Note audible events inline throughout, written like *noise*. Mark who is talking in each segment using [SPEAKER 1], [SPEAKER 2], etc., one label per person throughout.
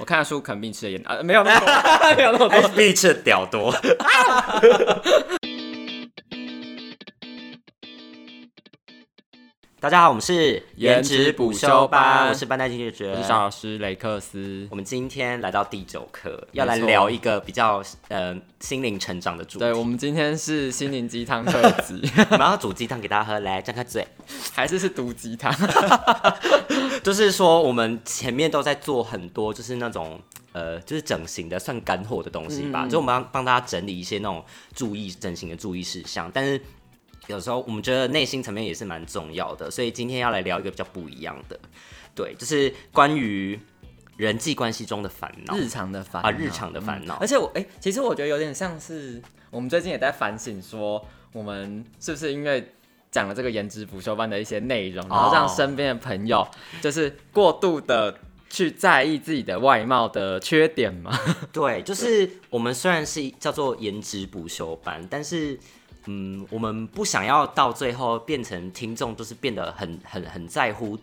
[SPEAKER 1] 我看得出肯定吃的盐啊，没有那么多，没有那么
[SPEAKER 2] 还 *laughs*
[SPEAKER 1] 多。
[SPEAKER 2] 是比你吃的屌多。 *laughs* 大家好，我们是
[SPEAKER 1] 颜值补修班
[SPEAKER 2] 我是班代经济学
[SPEAKER 1] 我是小老师雷克斯，
[SPEAKER 2] 我们今天来到第九课，要来
[SPEAKER 1] 没错
[SPEAKER 2] 聊一个比较呃心灵成长的主题
[SPEAKER 1] 对。我们今天是心灵鸡汤特辑，
[SPEAKER 2] *laughs* 我们要煮鸡汤给大家喝，来张开嘴。
[SPEAKER 1] 还是是毒鸡汤？
[SPEAKER 2] *laughs* 就是说，我们前面都在做很多，就是那种呃，就是整形的算干货的东西吧，就我们要帮大家整理一些那种注意整形的注意事项，但是。有时候我们觉得内心层面也是蛮重要的，所以今天要来聊一个比较不一样的，对，就是关于人际关系中的烦恼
[SPEAKER 1] 日常的烦恼
[SPEAKER 2] 啊，日常的烦恼
[SPEAKER 1] 而。且我哎、其实我觉得有点像是我们最近也在反省，说我们是不是因为讲了这个颜值补修班的一些内容，然后让身边的朋友就是过度的去在意自己的外貌的缺点嘛？
[SPEAKER 2] *laughs* 对，就是我们虽然是叫做颜值补修班，但是嗯，我们不想要到最后变成听众，就是变得很很很在乎，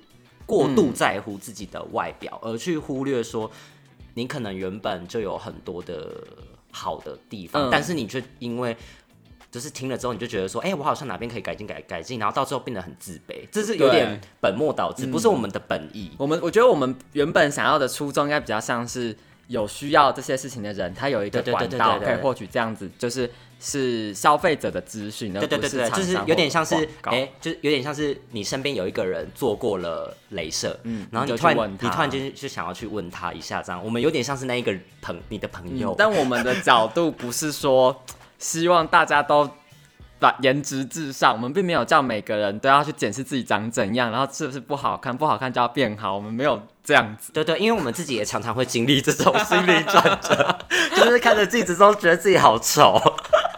[SPEAKER 2] 过
[SPEAKER 1] 嗯
[SPEAKER 2] 度在乎自己的外表，而去忽略说你可能原本就有很多的好的地
[SPEAKER 1] 嗯
[SPEAKER 2] 方，但是你却因为。就是听了之后，你就觉得说，哎、我好像哪边可以改进、改改进，然后到最后变得很自卑，这是有点
[SPEAKER 1] 对嗯
[SPEAKER 2] 本末倒置，不是我们的本意。
[SPEAKER 1] 我们我觉得我们原本想要的初衷应该比较像是有需要这些事情的人，他有一个
[SPEAKER 2] 对对对
[SPEAKER 1] 管
[SPEAKER 2] 对对
[SPEAKER 1] 道
[SPEAKER 2] 对
[SPEAKER 1] 可以
[SPEAKER 2] 对
[SPEAKER 1] 获取这样子，就是是消费者的资讯，
[SPEAKER 2] 对对对对，
[SPEAKER 1] 而不
[SPEAKER 2] 就是是
[SPEAKER 1] 厂商
[SPEAKER 2] 有点像是
[SPEAKER 1] 或广告
[SPEAKER 2] 哎、就是有点像是你身边有一个人做过了镭射，嗯，然后
[SPEAKER 1] 你就
[SPEAKER 2] 你突然
[SPEAKER 1] 去问他
[SPEAKER 2] 你突然间就想要去问他一下，这样我们有点像是那一个朋你的朋友，
[SPEAKER 1] 嗯但我们的角度不是说希望大家都把颜值至上，我们并没有叫每个人都要去检视自己长怎样，然后是不是不好看，不好看就要变好，我们没有这样子。
[SPEAKER 2] 对对，因为我们自己也常常会经历这种心理转折，就是看着镜子之后觉得自己好丑， *laughs*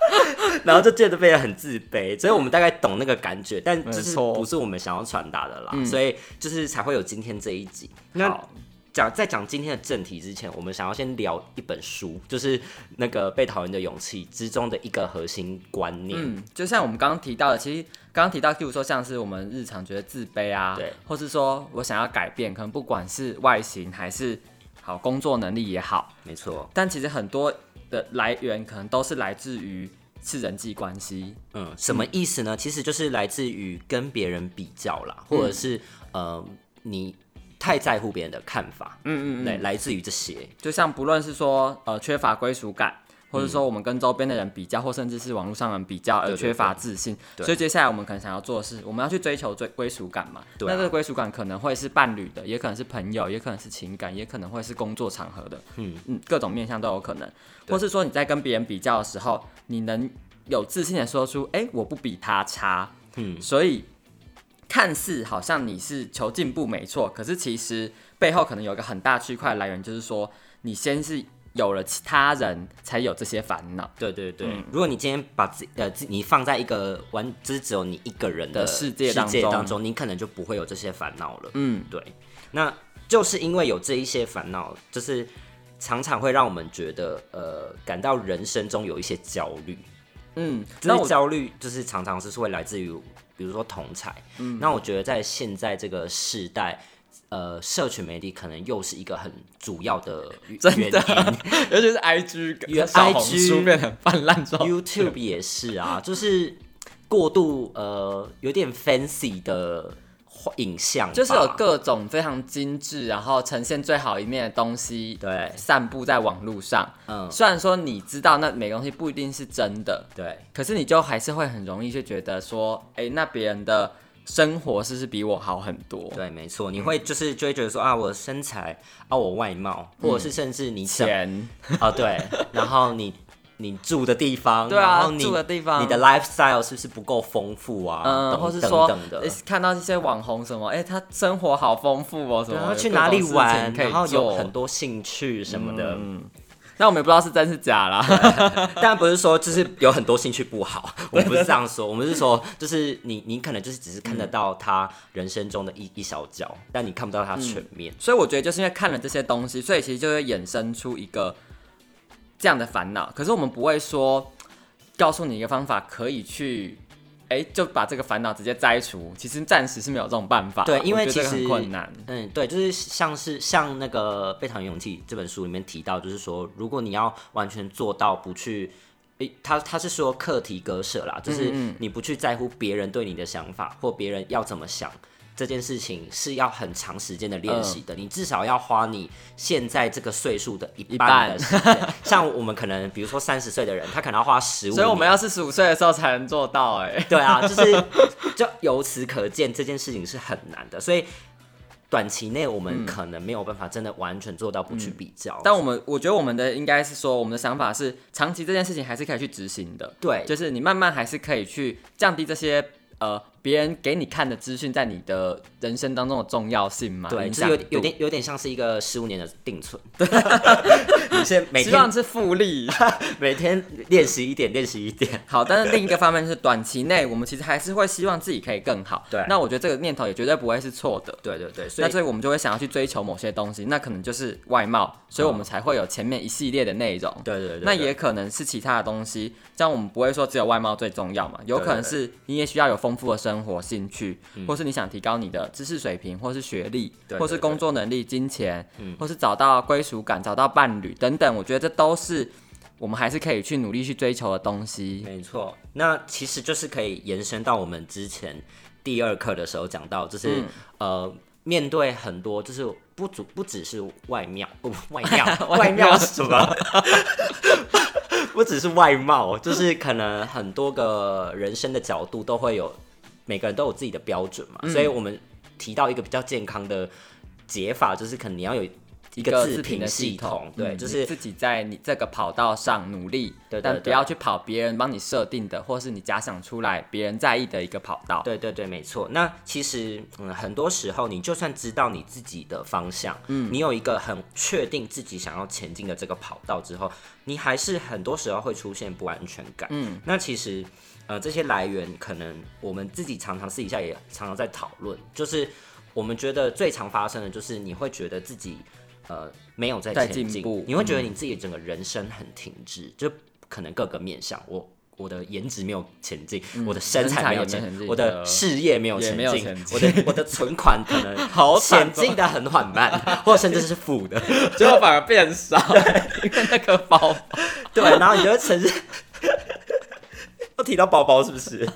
[SPEAKER 2] 然后就觉得变得很自卑，所以我们大概懂那个感觉，但就
[SPEAKER 1] 没
[SPEAKER 2] 是
[SPEAKER 1] 错嗯
[SPEAKER 2] 不是我们想要传达的啦，所以就是才会有今天这一集。那
[SPEAKER 1] 好
[SPEAKER 2] 讲在讲今天的正题之前，我们想要先聊一本书，就是那个《被讨厌的勇气》之中的一个核心观念。
[SPEAKER 1] 嗯，就像我们刚刚提到的，其实刚刚提到，譬如说像是我们日常觉得自卑啊，
[SPEAKER 2] 对，
[SPEAKER 1] 或是说我想要改变，可能不管是外形还是好工作能力也好，
[SPEAKER 2] 没错，
[SPEAKER 1] 但其实很多的来源可能都是来自于是人际关系，
[SPEAKER 2] 嗯，什么意思呢？其实就是来自于跟别人比较啦，或者是、呃，你太在乎别人的看法，嗯嗯来来自于这些，
[SPEAKER 1] 就像不论是说呃缺乏归属感，或者说我们跟周边的人比较，或甚至是网络上的人比较而
[SPEAKER 2] 嗯对对
[SPEAKER 1] 缺乏自信。
[SPEAKER 2] 对
[SPEAKER 1] 所以接下来我们可能想要做的是，我们要去追求追归属感嘛。
[SPEAKER 2] 对啊
[SPEAKER 1] 那这个归属感可能会是伴侣的，也可能是朋友，也可能是情感，也可能会是工作场合的。嗯嗯，各种面向都有可能。或是说你在跟别人比较的时候，你能有自信的说出，哎、我不比他差。嗯，所以看似好像你是求进步没错，可是其实背后可能有一个很大区块来源，就是说你先是有了其他人才有这些烦恼
[SPEAKER 2] 对对对。如果你今天把自呃自你放在一个完，就是只有你一个人
[SPEAKER 1] 的世
[SPEAKER 2] 世
[SPEAKER 1] 界当
[SPEAKER 2] 界
[SPEAKER 1] 中
[SPEAKER 2] 当中，你可能就不会有这些烦恼了。
[SPEAKER 1] 嗯，
[SPEAKER 2] 对。那就是因为有这一些烦恼，就是常常会让我们觉得呃感到人生中有一些焦虑。
[SPEAKER 1] 嗯，
[SPEAKER 2] 这
[SPEAKER 1] 那
[SPEAKER 2] 些
[SPEAKER 1] 我
[SPEAKER 2] 焦虑就是常常是会来自于，比如说同才。嗯，那我觉得在现在这个时代，呃，社群媒体可能又是一个很主要的
[SPEAKER 1] 真
[SPEAKER 2] 原
[SPEAKER 1] 的 *laughs*
[SPEAKER 2] 因。 *laughs*
[SPEAKER 1] 尤其是 I G
[SPEAKER 2] 原
[SPEAKER 1] 小红
[SPEAKER 2] IG
[SPEAKER 1] 书变得很泛滥之后，
[SPEAKER 2] YouTube 也是啊，就是过度呃有点 fancy 的画影像吧，
[SPEAKER 1] 就是有各种非常精致，然后呈现最好一面的东西，
[SPEAKER 2] 对
[SPEAKER 1] 散布在网络上。
[SPEAKER 2] 嗯
[SPEAKER 1] 虽然说你知道那每个东西不一定是真的，
[SPEAKER 2] 对
[SPEAKER 1] 可是你就还是会很容易就觉得说，哎、那别人的生活是不是比我好很多？
[SPEAKER 2] 对，没错，你会就是就会觉得说啊，我的身材啊，我外貌，或者是甚至你
[SPEAKER 1] 嗯
[SPEAKER 2] 想
[SPEAKER 1] 钱，
[SPEAKER 2] *laughs* 啊对，然后你。你住的地方，
[SPEAKER 1] 对啊
[SPEAKER 2] 然后你
[SPEAKER 1] 住的地方
[SPEAKER 2] 你的 lifestyle 是不是不够丰富啊？
[SPEAKER 1] 嗯，
[SPEAKER 2] 等
[SPEAKER 1] 或是
[SPEAKER 2] 等
[SPEAKER 1] 说
[SPEAKER 2] 等的
[SPEAKER 1] 诶，看到一些网红什么，哎、他生活好丰富哦，什么
[SPEAKER 2] 然后
[SPEAKER 1] 有
[SPEAKER 2] 去
[SPEAKER 1] 各种
[SPEAKER 2] 哪里
[SPEAKER 1] 事情
[SPEAKER 2] 玩，
[SPEAKER 1] 可以
[SPEAKER 2] 然后有
[SPEAKER 1] 做嗯
[SPEAKER 2] 很多兴趣什么的， *laughs*
[SPEAKER 1] 那我们也不知道是真是假啦。
[SPEAKER 2] 但不是说就是有很多兴趣不好，我们不是这样说，我们是说就是你你可能就是只是看得到他人生中的一一小角，但你看不到他全面。
[SPEAKER 1] *laughs* 所以我觉得就是因为看了这些东西，所以其实就会衍生出一个这样的烦恼。可是我们不会说告诉你一个方法可以去哎、就把这个烦恼直接摘除，其实暂时是没有这种办法。
[SPEAKER 2] 对因为
[SPEAKER 1] 我觉得这个
[SPEAKER 2] 其实
[SPEAKER 1] 很困难。
[SPEAKER 2] 嗯，对，就是像是像那个《被讨厌勇气》这本书里面提到，就是说，如果你要完全做到不去，诶，他他是说课题割舍啦，就是
[SPEAKER 1] 嗯
[SPEAKER 2] 你不去在乎别人对你的想法或别人要怎么想。这件事情是要很长时间的练习
[SPEAKER 1] 嗯
[SPEAKER 2] 的，你至少要花你现在这个岁数的一半的时间。像我们可能，比如说三十岁的人，他可能要花十五，
[SPEAKER 1] 所以我们要四十五岁的时候才能做到、哎，
[SPEAKER 2] 对啊，就是就由此可见，这件事情是很难的，所以短期内我们可能没有办法真的完全做到不去比较。
[SPEAKER 1] 但我们我觉得我们的应该是说，我们的想法是长期这件事情还是可以去执行的。
[SPEAKER 2] 对，
[SPEAKER 1] 就是你慢慢还是可以去降低这些呃别人给你看的资讯在你的人生当中的重要性嘛。
[SPEAKER 2] 对，
[SPEAKER 1] 影
[SPEAKER 2] 就
[SPEAKER 1] 响
[SPEAKER 2] 是有点有
[SPEAKER 1] 度
[SPEAKER 2] 点有点像是一个十五年的定存， *laughs* 你先每
[SPEAKER 1] 希望
[SPEAKER 2] 天
[SPEAKER 1] 是复利。 *laughs*
[SPEAKER 2] 每天练习一点，练习一点。
[SPEAKER 1] 好，但是另一个方面就是短期内我们其实还是会希望自己可以更好。
[SPEAKER 2] 对
[SPEAKER 1] 那我觉得这个念头也绝对不会是错的。
[SPEAKER 2] 对对对，所
[SPEAKER 1] 那
[SPEAKER 2] 以
[SPEAKER 1] 所以我们就会想要去追求某些东西，那可能就是外貌，所以我们才会有前面一系列的内容。
[SPEAKER 2] 对对对，
[SPEAKER 1] 那
[SPEAKER 2] 对
[SPEAKER 1] 也可能是其他的东西，这样我们不会说只有外貌最重要嘛，有可能是你也需要有丰富的生活兴趣，或是你想提高你的知识水平，或是学历，
[SPEAKER 2] 嗯对对嗯
[SPEAKER 1] 或是工作能力、金钱，或是找到归属感、找到伴侣等等，我觉得这都是我们还是可以去努力去追求的东西。
[SPEAKER 2] 没错，那其实就是可以延伸到我们之前第二课的时候讲到，就是、呃，面对很多就是不足不只是外貌， *laughs* 不外貌
[SPEAKER 1] 外
[SPEAKER 2] 外
[SPEAKER 1] 貌
[SPEAKER 2] 貌是什么？ *laughs* 不只是外貌，就是可能很多个人生的角度都会有，每个人都有自己的标准嘛，所以我们提到一个比较健康的解法，就是可能你要有一个
[SPEAKER 1] 自
[SPEAKER 2] 自
[SPEAKER 1] 评
[SPEAKER 2] 评系
[SPEAKER 1] 统
[SPEAKER 2] 统，，对，
[SPEAKER 1] 嗯
[SPEAKER 2] 就是
[SPEAKER 1] 你自己在你这个跑道上努力，
[SPEAKER 2] 对对
[SPEAKER 1] 但
[SPEAKER 2] 对
[SPEAKER 1] 不要去跑别人帮你设定的，或是你假想出来别人在意的一个跑道。
[SPEAKER 2] 对对对，没错。那其实，嗯，很多时候你就算知道你自己的方向，嗯，你有一个很确定自己想要前进的这个跑道之后，你还是很多时候会出现不安全感。嗯，那其实，呃，这些来源可能我们自己常常私底下也常常在讨论，就是我们觉得最常发生的就是你会觉得自己。呃，没有在
[SPEAKER 1] 在
[SPEAKER 2] 前
[SPEAKER 1] 进
[SPEAKER 2] 进嗯
[SPEAKER 1] 步
[SPEAKER 2] 你会觉得你自己整个人生很停滞，就可能各个面向，我我的颜值没有前进，我的身
[SPEAKER 1] 身材
[SPEAKER 2] 材没有
[SPEAKER 1] 也没有
[SPEAKER 2] 前
[SPEAKER 1] 前进
[SPEAKER 2] 进，我的
[SPEAKER 1] 呃
[SPEAKER 2] 事业没有
[SPEAKER 1] 也
[SPEAKER 2] 前
[SPEAKER 1] 没有
[SPEAKER 2] 进
[SPEAKER 1] 前，进
[SPEAKER 2] 我的我的存款可能
[SPEAKER 1] 好惨哦
[SPEAKER 2] 前进的很缓慢，或甚至是负的。
[SPEAKER 1] 最后反而变 *laughs* 少，因为那个包
[SPEAKER 2] 对，然后你就会承 *laughs* 认。要提到包包是不是？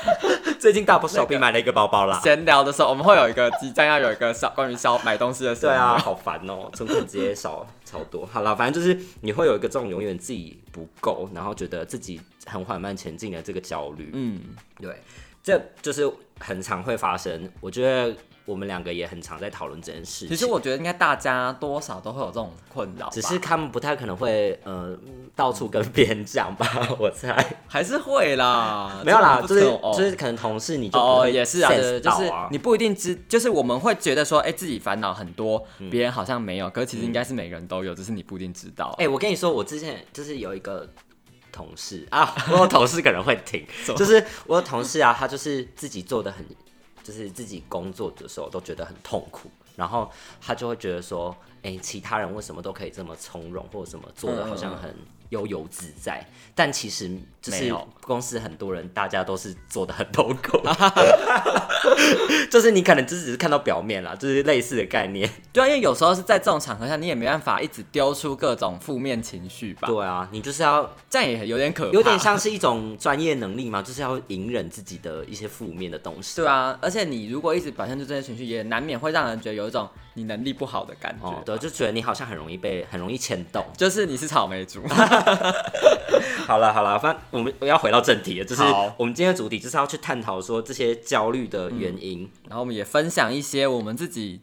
[SPEAKER 2] *laughs* 最近大波手臂买了一个包包
[SPEAKER 1] *laughs*
[SPEAKER 2] 啦。
[SPEAKER 1] 闲聊的时候，我们会有一个即将要有一个消关于消买东西的事。
[SPEAKER 2] 对啊，，好烦哦、存款直接少超多。好了，反正就是你会有一个这种永远自己不够，然后觉得自己很缓慢前进的这个焦虑。
[SPEAKER 1] 嗯，
[SPEAKER 2] 对，这就是很常会发生。我觉得我们两个也很常在讨论这件事情。
[SPEAKER 1] 其实我觉得应该大家多少都会有这种困扰吧，
[SPEAKER 2] 只是他们不太可能会呃到处
[SPEAKER 1] 嗯
[SPEAKER 2] 跟别人讲吧， *laughs* 我猜。
[SPEAKER 1] 还是会啦，
[SPEAKER 2] 没有啦，
[SPEAKER 1] 啊这
[SPEAKER 2] 就
[SPEAKER 1] 种
[SPEAKER 2] 是
[SPEAKER 1] 不可哦
[SPEAKER 2] 就是可能同事你就不
[SPEAKER 1] 哦，
[SPEAKER 2] 会
[SPEAKER 1] 也是啊，对，
[SPEAKER 2] sense
[SPEAKER 1] 就
[SPEAKER 2] 到
[SPEAKER 1] 是
[SPEAKER 2] 啊
[SPEAKER 1] 你不一定知，就是我们会觉得说，哎、自己烦恼很多，
[SPEAKER 2] 嗯
[SPEAKER 1] 别、人好像没有，可是其实应该是每个人都有，只是你不一定知道。
[SPEAKER 2] 哎、我跟你说，我之前就是有一个同事啊，我有同事可能会 *laughs* 听，就是我有同事啊，他就是自己做的很，就是自己工作的时候都觉得很痛苦，然后他就会觉得说，哎、其他人为什么都可以这么从容，或者什么做的好像很。悠游自在，但其实就
[SPEAKER 1] 没
[SPEAKER 2] 是
[SPEAKER 1] 有
[SPEAKER 2] 公司很多人，大家都是做的很痛苦， *laughs* 就是你可能只是看到表面啦，就是类似的概念。
[SPEAKER 1] 对啊，因为有时候是在这种场合下，你也没办法一直丢出各种负面情绪吧，
[SPEAKER 2] 对啊，你就是要
[SPEAKER 1] 这样也有点可怕，
[SPEAKER 2] 有点像是一种专业能力嘛， *laughs* 就是要隐忍自己的一些负面的东西。
[SPEAKER 1] 对啊，而且你如果一直表现出这些情绪，也难免会让人觉得有一种你能力不好的感觉。
[SPEAKER 2] 哦，对，就觉得你好像很容易被很容易牵
[SPEAKER 1] *laughs*
[SPEAKER 2] 动。
[SPEAKER 1] 就是你是草莓族， *laughs*
[SPEAKER 2] 好了好了，反正我们我要回到正题了，就是
[SPEAKER 1] 好
[SPEAKER 2] 我们今天的主题就是要去探讨说这些焦虑的原因，
[SPEAKER 1] 然后我们也分享一些我们自己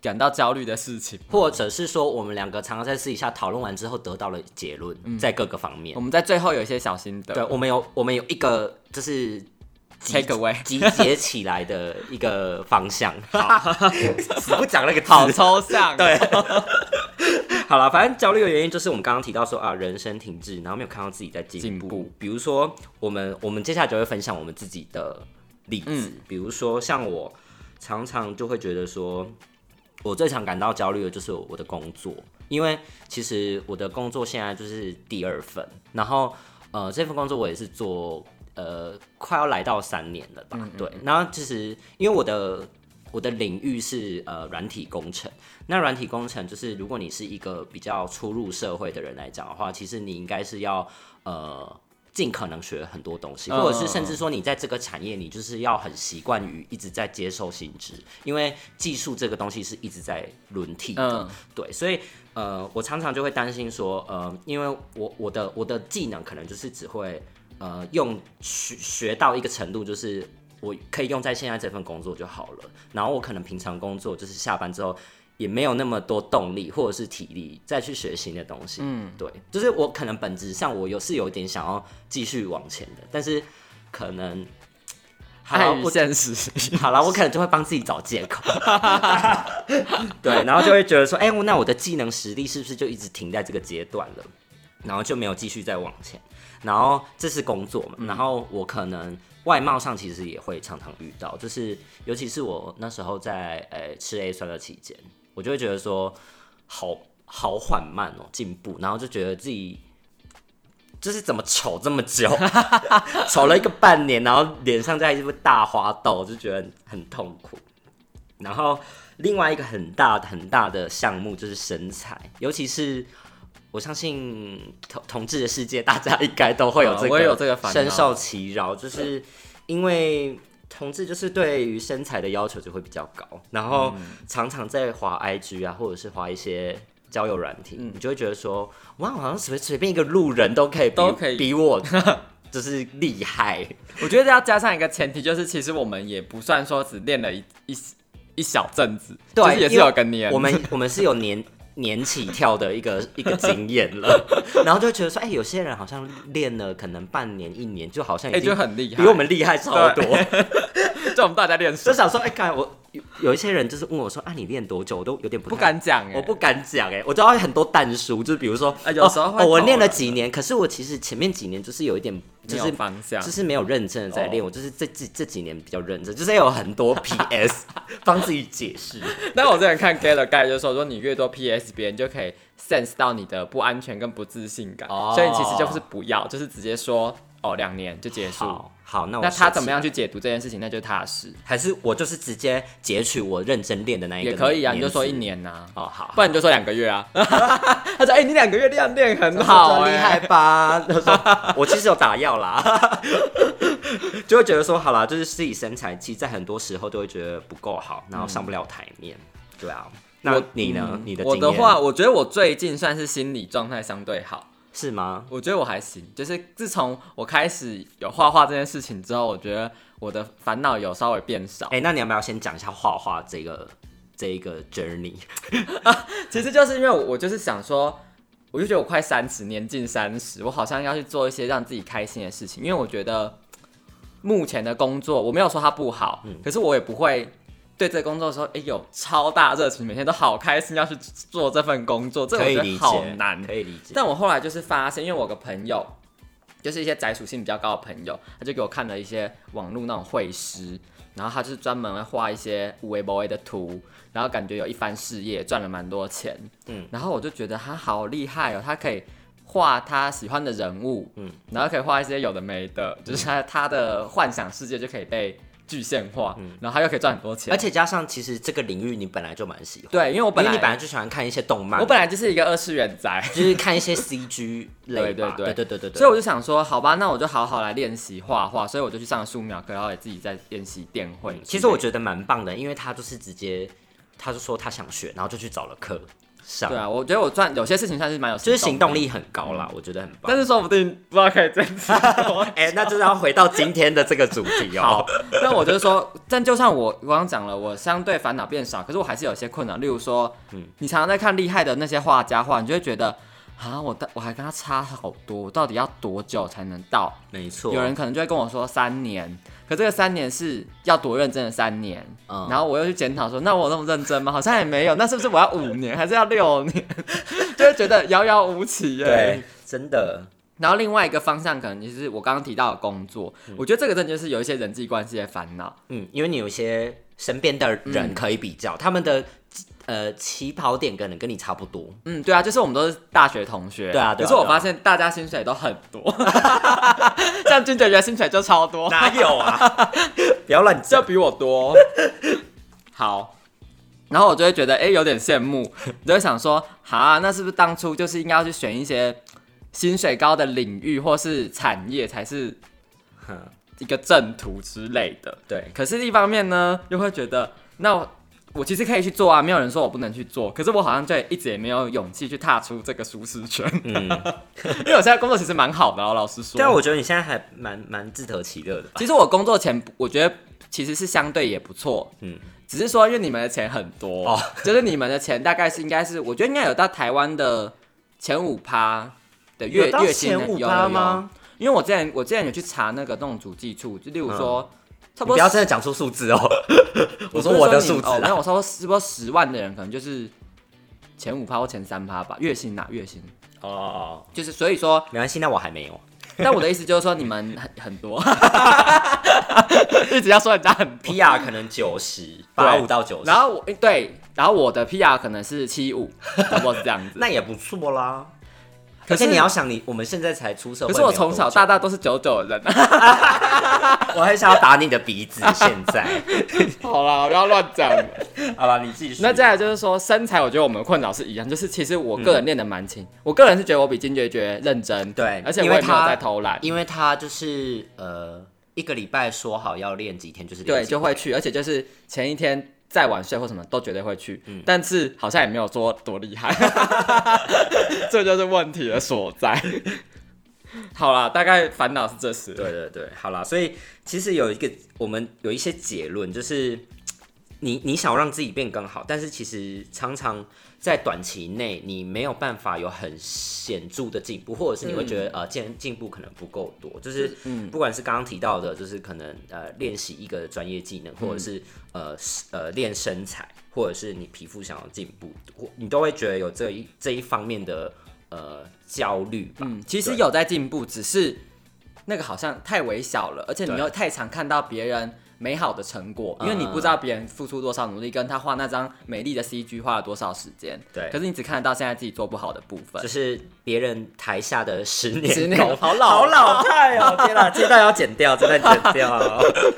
[SPEAKER 1] 感到焦虑的事情。
[SPEAKER 2] 或者是说我们两个常常在私底下讨论完之后得到了结论，在各个方面
[SPEAKER 1] 嗯我。们在最后有一些小心
[SPEAKER 2] 对，
[SPEAKER 1] 得
[SPEAKER 2] 我们有我们有一个就是
[SPEAKER 1] *laughs*
[SPEAKER 2] 集
[SPEAKER 1] ，take away，
[SPEAKER 2] 集结起来的一个方向。 *laughs*
[SPEAKER 1] *laughs*
[SPEAKER 2] 死不讲那个
[SPEAKER 1] *laughs*
[SPEAKER 2] 字
[SPEAKER 1] 好抽象。对，
[SPEAKER 2] *laughs* 好了，反正焦虑的原因就是我们刚刚提到说啊，人生停滞，然后没有看到自己在进
[SPEAKER 1] 进
[SPEAKER 2] 步。
[SPEAKER 1] 步
[SPEAKER 2] 比如说，我们我们接下来就会分享我们自己的例子，
[SPEAKER 1] 嗯
[SPEAKER 2] 比如说像我常常就会觉得说，我最常感到焦虑的就是我的工作，因为其实我的工作现在就是第二份，然后呃，这份工作我也是做。呃快要来到三年了吧？对，然后其实因为我的我的领域是呃软体工程，那软体工程就是如果你是一个比较初入社会的人来讲的话，其实你应该是要呃。尽可能学很多东西，或者是甚至说你在这个产业，你就是要很习惯于一直在接受新知，因为技术这个东西是一直在轮替的。
[SPEAKER 1] 嗯
[SPEAKER 2] 对，所以呃，我常常就会担心说，呃，因为我我的我的技能可能就是只会呃用学学到一个程度，就是我可以用在现在这份工作就好了。然后我可能平常工作就是下班之后也没有那么多动力或者是体力再去学新的东西。嗯，对，就是我可能本质上我有是有一点想要继续往前的，但是可能。好啦
[SPEAKER 1] 碍
[SPEAKER 2] 我
[SPEAKER 1] 于现实，
[SPEAKER 2] *laughs* 好了，我可能就会帮自己找借口，对，然后就会觉得说，哎、我那我的技能实力是不是就一直停在这个阶段了？然后就没有继续再往前。然后这是工作嘛，然后我可能外貌上其实也会常常遇到，就是尤其是我那时候在呃吃 A 酸的期间，我就会觉得说，好好缓慢哦进步，然后就觉得自己。就是怎么丑这么久， *laughs* 丑了一个半年，然后脸上在一副大花痘，就觉得很很痛苦。然后另外一个很大很大的项目就是身材，尤其是我相信同同志的世界，大家应该都会有这个，
[SPEAKER 1] 嗯我也有这个烦恼
[SPEAKER 2] 深受其扰，就是因为同志就是对于身材的要求就会比较高，然后
[SPEAKER 1] 嗯
[SPEAKER 2] 常常在滑 IG 啊，或者是滑一些。交友软体，
[SPEAKER 1] 嗯
[SPEAKER 2] 你就会觉得说，哇，好像随随便一个路人都可以比
[SPEAKER 1] 都可以
[SPEAKER 2] 比我就是厉
[SPEAKER 1] *laughs*
[SPEAKER 2] 害，
[SPEAKER 1] *laughs* 我觉得要加上一个前提，就是其实我们也不算说只练了一一一小阵子，
[SPEAKER 2] 对
[SPEAKER 1] 就是也是
[SPEAKER 2] 因为
[SPEAKER 1] 有跟你
[SPEAKER 2] 我们我们是有年 *laughs* 年起跳的一个一个经验
[SPEAKER 1] *laughs*
[SPEAKER 2] 了，然后就会觉得说，哎、有些人好像练了可能半年一年，就好像
[SPEAKER 1] 哎、
[SPEAKER 2] 已经
[SPEAKER 1] 就很厉害，
[SPEAKER 2] 比
[SPEAKER 1] *laughs*
[SPEAKER 2] 我们厉害超多。
[SPEAKER 1] 就我们大家练
[SPEAKER 2] *laughs* 就
[SPEAKER 1] 手，
[SPEAKER 2] 想说，哎、刚才我有有一些人就是问我说，啊，你练多久？我都有点不
[SPEAKER 1] 不
[SPEAKER 2] 不
[SPEAKER 1] 敢讲哎、
[SPEAKER 2] 我不敢讲哎、我知道很多淡书，就是比如说，
[SPEAKER 1] 啊有时候
[SPEAKER 2] 哦
[SPEAKER 1] 会
[SPEAKER 2] 哦我
[SPEAKER 1] 抖
[SPEAKER 2] 练了
[SPEAKER 1] 了
[SPEAKER 2] 几年，可是我其实前面几年就是有一点，就
[SPEAKER 1] 没有
[SPEAKER 2] 是
[SPEAKER 1] 方向
[SPEAKER 2] 就是没有认真的在练。
[SPEAKER 1] 哦
[SPEAKER 2] 我就是这这这几年比较认真，就是有很
[SPEAKER 1] *laughs*
[SPEAKER 2] 多 PS 帮自己解释。
[SPEAKER 1] 但我之前看 Galler Guy 就说，说你越多 PS，别人就可以 sense 到你的不安全跟不自信感，
[SPEAKER 2] 哦
[SPEAKER 1] 所以你其实就是不要，就是直接说哦两年就结束。
[SPEAKER 2] 好，好，那我
[SPEAKER 1] 那
[SPEAKER 2] 学
[SPEAKER 1] 他
[SPEAKER 2] 起
[SPEAKER 1] 怎么
[SPEAKER 2] 来
[SPEAKER 1] 样去解读这件事情，那就是他的事，
[SPEAKER 2] 还是我就是直接截取我认真练的那一个
[SPEAKER 1] 也可以啊，你就
[SPEAKER 2] 字
[SPEAKER 1] 说一年呐、
[SPEAKER 2] 哦，好，
[SPEAKER 1] 不然你就说两个月啊。 *laughs* 他说：“哎、你两个月练练很好、
[SPEAKER 2] 我说厉害
[SPEAKER 1] 哎，
[SPEAKER 2] 吧？他说我其实有打药
[SPEAKER 1] *laughs*
[SPEAKER 2] 啦，就会觉得说好啦，就是自己身材，其实在很多时候都会觉得不够好，然后上不了台面。对啊，那
[SPEAKER 1] 我嗯
[SPEAKER 2] 你呢？你嗯的
[SPEAKER 1] 我
[SPEAKER 2] 经
[SPEAKER 1] 的
[SPEAKER 2] 验
[SPEAKER 1] 话，我觉得我最近算是心理状态相对好，
[SPEAKER 2] 是吗？
[SPEAKER 1] 我觉得我还行。就是自从我开始有画画这件事情之后，我觉得我的烦恼有稍微变少。
[SPEAKER 2] 哎、那你要不要先讲一下画画这个这一个 journey？
[SPEAKER 1] 其实就是因为我我就是想说，我就觉得我快三十，年近三十，我好像要去做一些让自己开心的事情，因为我觉得目前的工作我没有说它不好，
[SPEAKER 2] 嗯
[SPEAKER 1] 可是我也不会。对这个工作说，哎、有超大热情，每天都好开心，要去做这份工 *laughs* 作，这我
[SPEAKER 2] 可以
[SPEAKER 1] 觉
[SPEAKER 2] 理
[SPEAKER 1] 得
[SPEAKER 2] 解，
[SPEAKER 1] 好难。
[SPEAKER 2] 可以理解。
[SPEAKER 1] 但我后来就是发现，因为我有个朋友，就是一些宅属性比较高的朋友，他就给我看了一些网络那种绘师，然后他就是专门会画一些无为不为的图，然后感觉有一番事业，赚了蛮多钱。
[SPEAKER 2] 嗯
[SPEAKER 1] 嗯，然后我就觉得他好厉害哦，他可以画他喜欢的人物，
[SPEAKER 2] 嗯
[SPEAKER 1] 嗯，然后可以画一些有的没的，就是他他的幻想世界就可以被具现化，然后他又可以赚很多钱，
[SPEAKER 2] 嗯而且加上，其实这个领域你本来就蛮喜欢，
[SPEAKER 1] 对，因为我
[SPEAKER 2] 我
[SPEAKER 1] 本来
[SPEAKER 2] 你本来就喜欢看一些动漫，
[SPEAKER 1] 我本来就是一个二次元
[SPEAKER 2] *laughs*
[SPEAKER 1] 宅。
[SPEAKER 2] 就是看一些 CG 类
[SPEAKER 1] 对对
[SPEAKER 2] 吧，
[SPEAKER 1] 对
[SPEAKER 2] 对对对对对。
[SPEAKER 1] 所以我就想说，好吧，那我就好好来练习画画，所以我就去上素描课，然后也自己在练习电绘。
[SPEAKER 2] 其实我觉得蛮棒的，因为他就是直接，他就说他想学，然后就去找了课上，
[SPEAKER 1] 对啊，我觉得我算有些事情算是蛮有
[SPEAKER 2] 就是行动
[SPEAKER 1] 力，
[SPEAKER 2] 力很高
[SPEAKER 1] 嗯
[SPEAKER 2] 啦，我觉得很棒。
[SPEAKER 1] 但是说不定不知道可以坚持多
[SPEAKER 2] 哎、那就是要回到今天的这个主题
[SPEAKER 1] *laughs*
[SPEAKER 2] 哦、
[SPEAKER 1] 好，那我就是说， *laughs* 但就算我我刚刚讲了，我相对烦恼变少，可是我还是有一些困扰。例如说，你常常在看厉害的那些画家画，你就会觉得啊，我的我还跟他差好多，我到底要多久才能到？
[SPEAKER 2] 没错，
[SPEAKER 1] 有人可能就会跟我说三年，可这个三年是要多认真的三年，
[SPEAKER 2] 嗯
[SPEAKER 1] 然后我又去检讨说，那我有那么认真吗？好 *laughs* 像也没有，那是不是我要五年还是要六年？ *laughs* 就会觉得遥遥无期耶。
[SPEAKER 2] 对，真的
[SPEAKER 1] 然后另外一个方向可能就是
[SPEAKER 2] 嗯
[SPEAKER 1] 我刚刚提到的工作，我觉得这个真的就是有一些人际关系的烦恼，
[SPEAKER 2] 嗯，因为你有一些身边的人可以比较，他们的呃起跑点可能跟你差不多，
[SPEAKER 1] 嗯，对啊，就是我们都是大学同学，
[SPEAKER 2] 对啊对
[SPEAKER 1] 可
[SPEAKER 2] 啊
[SPEAKER 1] 是我
[SPEAKER 2] 对啊
[SPEAKER 1] 发现大家薪水都很多， *laughs* 像君哲觉得薪水就超多，
[SPEAKER 2] 哪有啊？ *laughs* 不要乱
[SPEAKER 1] 就
[SPEAKER 2] 讲。
[SPEAKER 1] 比我多。 *laughs* 好，然后我就会觉得哎、有点羡慕，我就会想说，哈，那是不是当初就是应该要去选一些薪水高的领域或是产业才是一个正途之类的？
[SPEAKER 2] 对，
[SPEAKER 1] 可是，一方面呢，又会觉得，那我我其实可以去做啊，没有人说我不能去做。可是我好像就一直也没有勇气去踏出这个舒适圈，
[SPEAKER 2] 嗯，
[SPEAKER 1] *laughs* 因为我现在工作其实蛮好的哦，老实说。
[SPEAKER 2] 但我觉得你现在还蛮蛮自得其乐的吧？
[SPEAKER 1] 其实我工作前，我觉得其实是相对也不错，
[SPEAKER 2] 嗯，
[SPEAKER 1] 只是说因为你们的钱很多，
[SPEAKER 2] 哦
[SPEAKER 1] *laughs* 就是你们的钱大概是应该是，我觉得应该有到台湾的前五趴的月
[SPEAKER 2] 有到
[SPEAKER 1] 月薪的
[SPEAKER 2] 前五
[SPEAKER 1] 有
[SPEAKER 2] 趴
[SPEAKER 1] 有
[SPEAKER 2] 吗
[SPEAKER 1] 有因为我之前我之前有去查那个那种主计处，就例如说。差
[SPEAKER 2] 嗯
[SPEAKER 1] 不
[SPEAKER 2] 你
[SPEAKER 1] 多
[SPEAKER 2] 不要真的讲出数字哦。我说
[SPEAKER 1] 不是
[SPEAKER 2] 我的
[SPEAKER 1] 你
[SPEAKER 2] 数字
[SPEAKER 1] 哦，没有，
[SPEAKER 2] 啊，
[SPEAKER 1] 我说差不多十万的人，可能就是前五趴或前三趴吧，月薪呐、月薪
[SPEAKER 2] 哦哦，
[SPEAKER 1] 就是，所以说，
[SPEAKER 2] 没关系，那我还没有。
[SPEAKER 1] 但我的意思就是说，你们很很多， *laughs* 一直要说人家很多，
[SPEAKER 2] PR 可能九十八五到九十，
[SPEAKER 1] 哦然后我对，然后我的 PR 可能是七五，差不多是这样 *laughs* 子。
[SPEAKER 2] 那也不错啦。
[SPEAKER 1] 可
[SPEAKER 2] 可
[SPEAKER 1] 是
[SPEAKER 2] 是你要想你，我们现在才出社会
[SPEAKER 1] 可
[SPEAKER 2] 没
[SPEAKER 1] 是
[SPEAKER 2] 有
[SPEAKER 1] 我
[SPEAKER 2] 多久，
[SPEAKER 1] 从小到大都是九九人，啊
[SPEAKER 2] 我很想要打你的鼻子。现在，
[SPEAKER 1] *laughs* 好啦，不要乱讲。
[SPEAKER 2] 好了，你继续。
[SPEAKER 1] *laughs* 那接下来就是说身材，我觉得我们的困扰是一样，就是其实我个人练的蛮勤，我个人是觉得我比金爵爵认真，
[SPEAKER 2] 对
[SPEAKER 1] 而且我
[SPEAKER 2] 因
[SPEAKER 1] 也
[SPEAKER 2] 为
[SPEAKER 1] 没有
[SPEAKER 2] 他
[SPEAKER 1] 在偷懒，
[SPEAKER 2] 因为他就是呃，一个礼拜说好要练几天，就是练
[SPEAKER 1] 对，
[SPEAKER 2] 几
[SPEAKER 1] 就会去，而且就是前一天再晚睡或什么都绝对会去，但是好像也没有说多厉 *laughs* 害，这就是问题的所在。好啦，大概烦恼是这些。
[SPEAKER 2] 对对对，好啦，所以其实有一个我们有一些结论，就是你你想要让自己变更好，但是其实常常在短期内你没有办法有很显著的进步，或者是你会觉得、呃进进步可能不够多，就是不管是刚刚提到的，就是可能呃练习一个专业技能，或者是呃是呃练身材，或者是你皮肤想要进步，或你都会觉得有这一这一方面的呃焦虑吧。
[SPEAKER 1] 嗯，其实
[SPEAKER 2] 对
[SPEAKER 1] 有在进步，只是那个好像太微小了，而且你
[SPEAKER 2] 对
[SPEAKER 1] 又太常看到别人美好的成果，因为你
[SPEAKER 2] 嗯
[SPEAKER 1] 不知道别人付出多少努力，跟他画那张美丽的 CG 花了多少时间。
[SPEAKER 2] 对
[SPEAKER 1] 可是你只看得到现在自己做不好的部分
[SPEAKER 2] 就。是别人台下的十年
[SPEAKER 1] 十年
[SPEAKER 2] *laughs* 功
[SPEAKER 1] 好老
[SPEAKER 2] 好老派哦！ *laughs* 天哪，这段要剪掉，这段剪掉。啊 *laughs*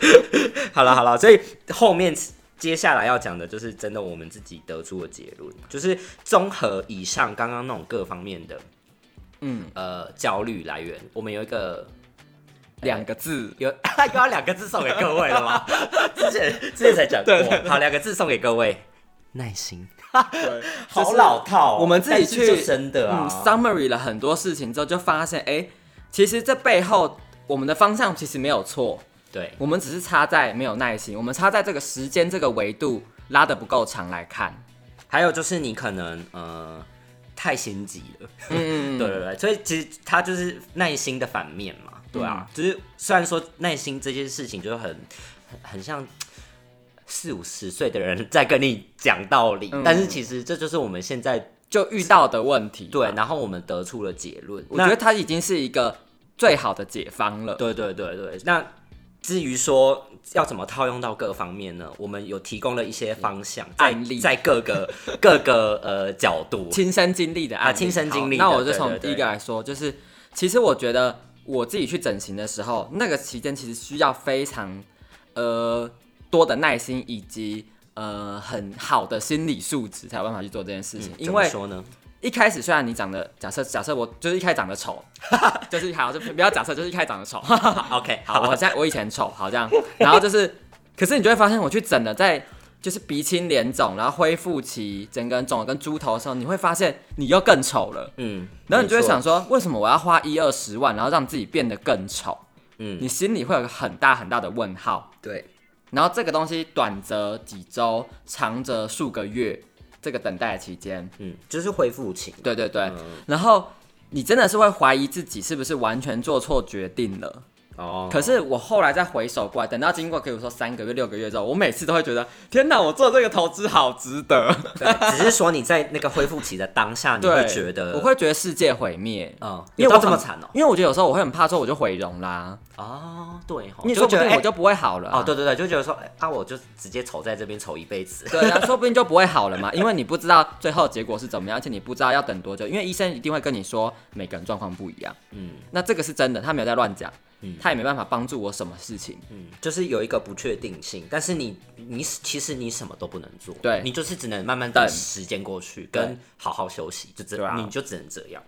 [SPEAKER 2] 好了好了，所以后面接下来要讲的就是真的我们自己得出的结论，就是综合以上刚刚那种各方面的
[SPEAKER 1] 嗯，
[SPEAKER 2] 呃焦虑来源，我们有一个
[SPEAKER 1] 两个字。 *laughs*
[SPEAKER 2] 有 *laughs* 又要两个字送给各位了 *laughs* 吗？之前之前才讲过，
[SPEAKER 1] 对对
[SPEAKER 2] 好，两个字送给各位，耐心。
[SPEAKER 1] 对，
[SPEAKER 2] 好老套哦、
[SPEAKER 1] 我们自己
[SPEAKER 2] 但是就
[SPEAKER 1] 去
[SPEAKER 2] 真的啊
[SPEAKER 1] 嗯，summary 了很多事情之后，就发现，哎、其实这背后我们的方向其实没有错，
[SPEAKER 2] 对
[SPEAKER 1] 我们只是差在没有耐心，我们差在这个时间这个维度拉的不够长来看。
[SPEAKER 2] 还有就是你可能呃太心急了，
[SPEAKER 1] 嗯，
[SPEAKER 2] *laughs* 对对对，所以其实它就是耐心的反面嘛，
[SPEAKER 1] 嗯
[SPEAKER 2] 对啊，就是虽然说耐心这件事情就是很很很像四五十岁的人在跟你讲道理，
[SPEAKER 1] 嗯
[SPEAKER 2] 但是其实这就是我们现在
[SPEAKER 1] 就遇到的问题。
[SPEAKER 2] 对，，然后我们得出了结论，
[SPEAKER 1] 啊我觉得
[SPEAKER 2] 那
[SPEAKER 1] 它已经是一个最好的解方了。
[SPEAKER 2] 对对对对，那。至于说要怎么套用到各方面呢？我们有提供了一些方向，在
[SPEAKER 1] 案例
[SPEAKER 2] 在各个各个呃角度，
[SPEAKER 1] 亲身经历的案例
[SPEAKER 2] 啊亲身经历的
[SPEAKER 1] 好那我就
[SPEAKER 2] 对
[SPEAKER 1] 从
[SPEAKER 2] 对
[SPEAKER 1] 第
[SPEAKER 2] 对
[SPEAKER 1] 一个来说，就是其实我觉得我自己去整形的时候，那个期间其实需要非常呃多的耐心以及呃很好的心理素质才有办法去做这件事情，
[SPEAKER 2] 嗯
[SPEAKER 1] *laughs* 因
[SPEAKER 2] 怎么
[SPEAKER 1] 为
[SPEAKER 2] 说呢，
[SPEAKER 1] 一开始虽然你长得假设假设我就是一开始长得
[SPEAKER 2] *laughs*
[SPEAKER 1] 丑，就是好就不要假设就是一开始长得丑，
[SPEAKER 2] OK，
[SPEAKER 1] 好，我啊现在我以前丑，好这样，然后就是，可是你就会发现我去整了，在就是鼻青脸肿，然后恢复期整个人肿的跟猪头的时候，你会发现你又更丑了，
[SPEAKER 2] 嗯，
[SPEAKER 1] 然后你就会
[SPEAKER 2] 没错
[SPEAKER 1] 想，说，为什么我要花一二十万，然后让自己变得更丑？
[SPEAKER 2] 嗯
[SPEAKER 1] 你心里会有个很大很大的问号。
[SPEAKER 2] 对，
[SPEAKER 1] 然后这个东西短则几周，长则数个月，这个等待的期间，
[SPEAKER 2] 嗯，就是恢复期，
[SPEAKER 1] 对
[SPEAKER 2] 嗯
[SPEAKER 1] 对对，然后你真的是会怀疑自己是不是完全做错决定了。
[SPEAKER 2] 哦哦，
[SPEAKER 1] 可是我后来再回首过来，等到经过比如说三个月、六个月之后，我每次都会觉得，天哪，我做这个投资好值得。
[SPEAKER 2] 对只是说你在那个恢复期的当下， *laughs* 你会
[SPEAKER 1] 对，
[SPEAKER 2] 觉得
[SPEAKER 1] 我会觉得世界毁灭，
[SPEAKER 2] 嗯，
[SPEAKER 1] 因
[SPEAKER 2] 因
[SPEAKER 1] 为
[SPEAKER 2] 为
[SPEAKER 1] 我
[SPEAKER 2] 这么
[SPEAKER 1] 很
[SPEAKER 2] 惨哦、
[SPEAKER 1] 因为我觉得有时候我会很怕说我就毁容啦，
[SPEAKER 2] 哦，对吼，
[SPEAKER 1] 你
[SPEAKER 2] 就
[SPEAKER 1] 说
[SPEAKER 2] 觉
[SPEAKER 1] 不
[SPEAKER 2] 得
[SPEAKER 1] 定
[SPEAKER 2] 哎
[SPEAKER 1] 我就不会好了嘛
[SPEAKER 2] 哦，对对对，就觉得说哎啊，我就直接丑在这边丑一辈子。
[SPEAKER 1] 对啊，说不定就不会好了嘛，因 *laughs* 为你不知道最后结果是怎么样，而且你不知道要等多久，因为医生一定会跟你说每个人状况不一样，
[SPEAKER 2] 嗯
[SPEAKER 1] 那这个是真的，他没有在乱讲
[SPEAKER 2] 嗯，
[SPEAKER 1] 他也没办法帮助我什么事情。
[SPEAKER 2] 嗯，就是有一个不确定性，但是你你其实你什么都不能做，
[SPEAKER 1] 对
[SPEAKER 2] 你就是只能慢慢
[SPEAKER 1] 等
[SPEAKER 2] 等时间过去，跟好好休息，就只、
[SPEAKER 1] 对啊
[SPEAKER 2] 你就只能这样，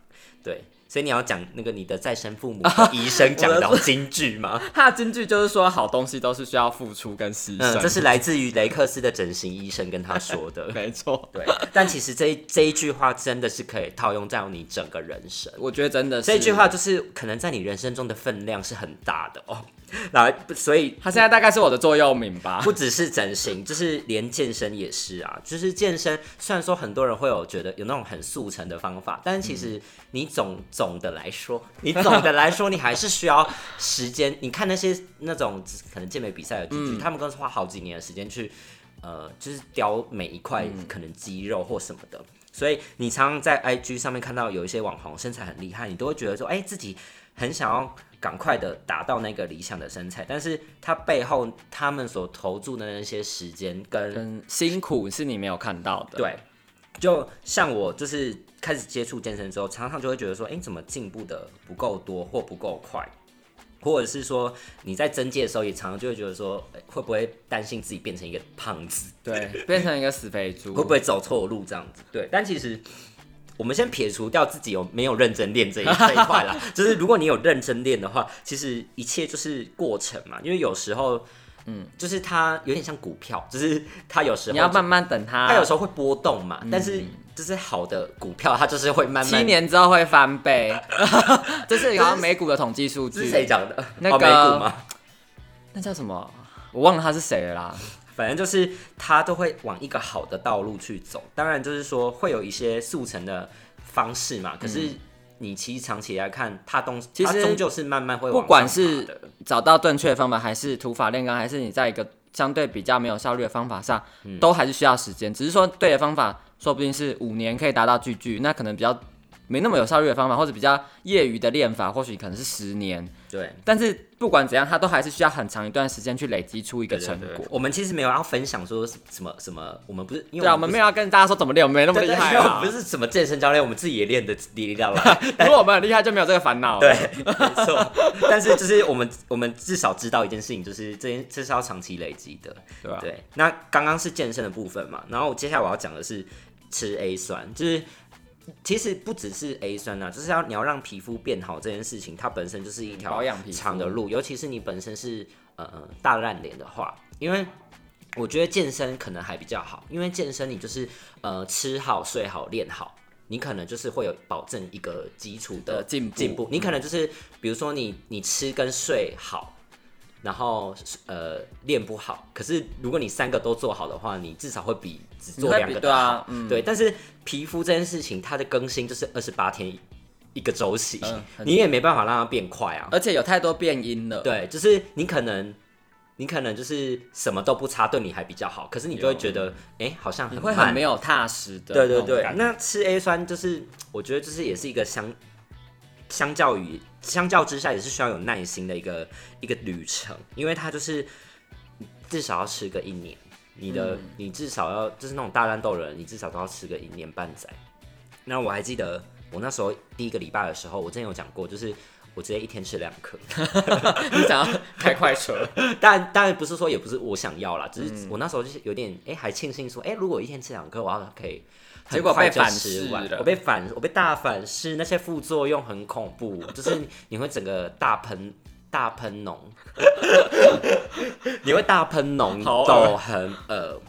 [SPEAKER 2] 对。所以你要讲那个你的再生父
[SPEAKER 1] *laughs*
[SPEAKER 2] 母的医生讲到金句吗？
[SPEAKER 1] 他的金句就是说，好东西都是需要付出跟牺牲，
[SPEAKER 2] 嗯，这是来自于雷克斯的整形医生跟他说
[SPEAKER 1] *laughs*
[SPEAKER 2] 的。
[SPEAKER 1] 没错。
[SPEAKER 2] 对，但其实这一这一句话真的是可以套用在你整个人生。
[SPEAKER 1] 我觉得真的是
[SPEAKER 2] 这一句话就是可能在你人生中的分量是很大的哦。 *laughs* 那所以
[SPEAKER 1] 他现在大概是我的座右铭吧
[SPEAKER 2] 不。只是整形，就是连健身也是啊。就是健身，虽然说很多人会有觉得有那种很速成的方法，但是其实你总总的来说，你总的来说，你还是需要时间。你看那些那种可能健美比赛的剧剧，他们更是花好几年的时间去，呃，就是雕每一块可能肌肉或什么的。所以你常常在 IG 上面看到有一些网红身材很厉害，你都会觉得说，哎、自己很想要赶快的达到那个理想的身材，但是他背后他们所投注的那些时间跟
[SPEAKER 1] 嗯，辛苦是你没有看到的。，
[SPEAKER 2] 对，就像我就是开始接触健身之后，常常就会觉得说，哎、怎么进步的不够多或不够快，或者是说你在增肌的时候，也常常就会觉得说，诶会不会担心自己变成一个胖子？ *laughs*
[SPEAKER 1] 对，变成一个死肥猪，
[SPEAKER 2] 会不会走错路这样子？对，但其实我们先撇除掉自己有没有认真练这一这一块
[SPEAKER 1] *laughs*
[SPEAKER 2] 啦，就是如果你有认真练的话，其实一切就是过程嘛，因为有时候，嗯，就是它有点像股票，就是它有时候
[SPEAKER 1] 你要慢慢等它，
[SPEAKER 2] 它有时候会波动嘛，但是就是好的股票它就是会慢慢。
[SPEAKER 1] 七年之后会翻倍， *laughs* 这是好像美股的统计数
[SPEAKER 2] 这是
[SPEAKER 1] 据。
[SPEAKER 2] 谁讲的？
[SPEAKER 1] 那
[SPEAKER 2] 哦、美
[SPEAKER 1] 个
[SPEAKER 2] 股吗？
[SPEAKER 1] 那叫什么？我忘了他是谁了啦。
[SPEAKER 2] 反正就是他都会往一个好的道路去走。当然，就是说会有一些速成的方式嘛。可是你其实长期来看，它东
[SPEAKER 1] 其
[SPEAKER 2] 它
[SPEAKER 1] 实
[SPEAKER 2] 终究是慢慢会往
[SPEAKER 1] 不管
[SPEAKER 2] 上爬
[SPEAKER 1] 是
[SPEAKER 2] 的
[SPEAKER 1] 找到正确的方法，还是土法炼钢，还是你在一个相对比较没有效率的方法上，都还是需要时间。只是说对的方法，说不定是五年可以达到巨巨，那可能比较没那么有效率的方法，或者比较业余的练法，或许可能是十年。
[SPEAKER 2] 对。
[SPEAKER 1] 但是不管怎样，它都还是需要很长一段时间去累积出一个
[SPEAKER 2] 对
[SPEAKER 1] 成
[SPEAKER 2] 对对
[SPEAKER 1] 果。
[SPEAKER 2] 我们其实没有要分享说什么什么，我们不是因为
[SPEAKER 1] 对啊，我们没有要跟大家说怎么练，我们没那
[SPEAKER 2] 有
[SPEAKER 1] 么厉害啊
[SPEAKER 2] 不。是什么健身教练，我们自己也练的哩哩啦啦。
[SPEAKER 1] 如果我们很厉害，就没有这个烦恼。
[SPEAKER 2] 对，，没错。但是就是我们我们至少知道一件事情，就是这件这是要长期累积的。
[SPEAKER 1] 对啊
[SPEAKER 2] 对，那刚刚是健身的部分嘛，然后接下来我要讲的是吃 A 酸，就是其实不只是 A 酸啊，就是要你要让皮肤变好这件事情，它本身就是一条
[SPEAKER 1] 保养皮肤
[SPEAKER 2] 长的路，尤其是你本身是呃大烂脸的话，因为。我觉得健身可能还比较好，因为健身你就是呃吃好、睡好、练好，你可能就是会有保证一个基础的
[SPEAKER 1] 呃进步
[SPEAKER 2] 进步。你可能就是比如说你你吃跟睡好，然后呃练不好，可是如果你三个都做好的话，你至少会比只
[SPEAKER 1] 你
[SPEAKER 2] 做
[SPEAKER 1] 会
[SPEAKER 2] 两
[SPEAKER 1] 比
[SPEAKER 2] 个
[SPEAKER 1] 对
[SPEAKER 2] 的好。
[SPEAKER 1] 啊，嗯，
[SPEAKER 2] 对，但是皮肤这件事情，它的更新就是二十八天一个周期，
[SPEAKER 1] 嗯很
[SPEAKER 2] 你也没办法让它变快啊。
[SPEAKER 1] 而且有太多变音了。
[SPEAKER 2] 对，就是你可能，你可能就是什么都不擦，对你还比较好，可是你就会觉得，哎、好像
[SPEAKER 1] 你
[SPEAKER 2] 很
[SPEAKER 1] 会
[SPEAKER 2] 慢。
[SPEAKER 1] 很没有踏实的
[SPEAKER 2] 对
[SPEAKER 1] 那
[SPEAKER 2] 对
[SPEAKER 1] 种感觉。
[SPEAKER 2] 对，那吃 A 酸就是，我觉得就是也是一个相，相较于相较之下也是需要有耐心的一个一个旅程，因为它就是至少要吃个一年，你
[SPEAKER 1] 嗯
[SPEAKER 2] 的、你至少要就是那种大乱斗人，你至少都要吃个一年半载。那我还记得我那时候第一个礼拜的时候，我之前有讲过，就是我直接一天吃两颗，
[SPEAKER 1] *laughs* 你想要开快车，
[SPEAKER 2] 但当然不是说也不是我想要啦，只
[SPEAKER 1] 嗯
[SPEAKER 2] 是我那时候就是有点哎、诶还庆幸说哎、诶如果我一天吃两颗，我要可以很
[SPEAKER 1] 结果
[SPEAKER 2] 快
[SPEAKER 1] 被
[SPEAKER 2] 就
[SPEAKER 1] 反
[SPEAKER 2] 吃
[SPEAKER 1] 噬
[SPEAKER 2] 完
[SPEAKER 1] 了
[SPEAKER 2] 我被反我被大反噬，那些副作用很恐怖，就是你会整个大喷大喷脓， *laughs* 你会大喷脓
[SPEAKER 1] 好恶
[SPEAKER 2] 都很恶，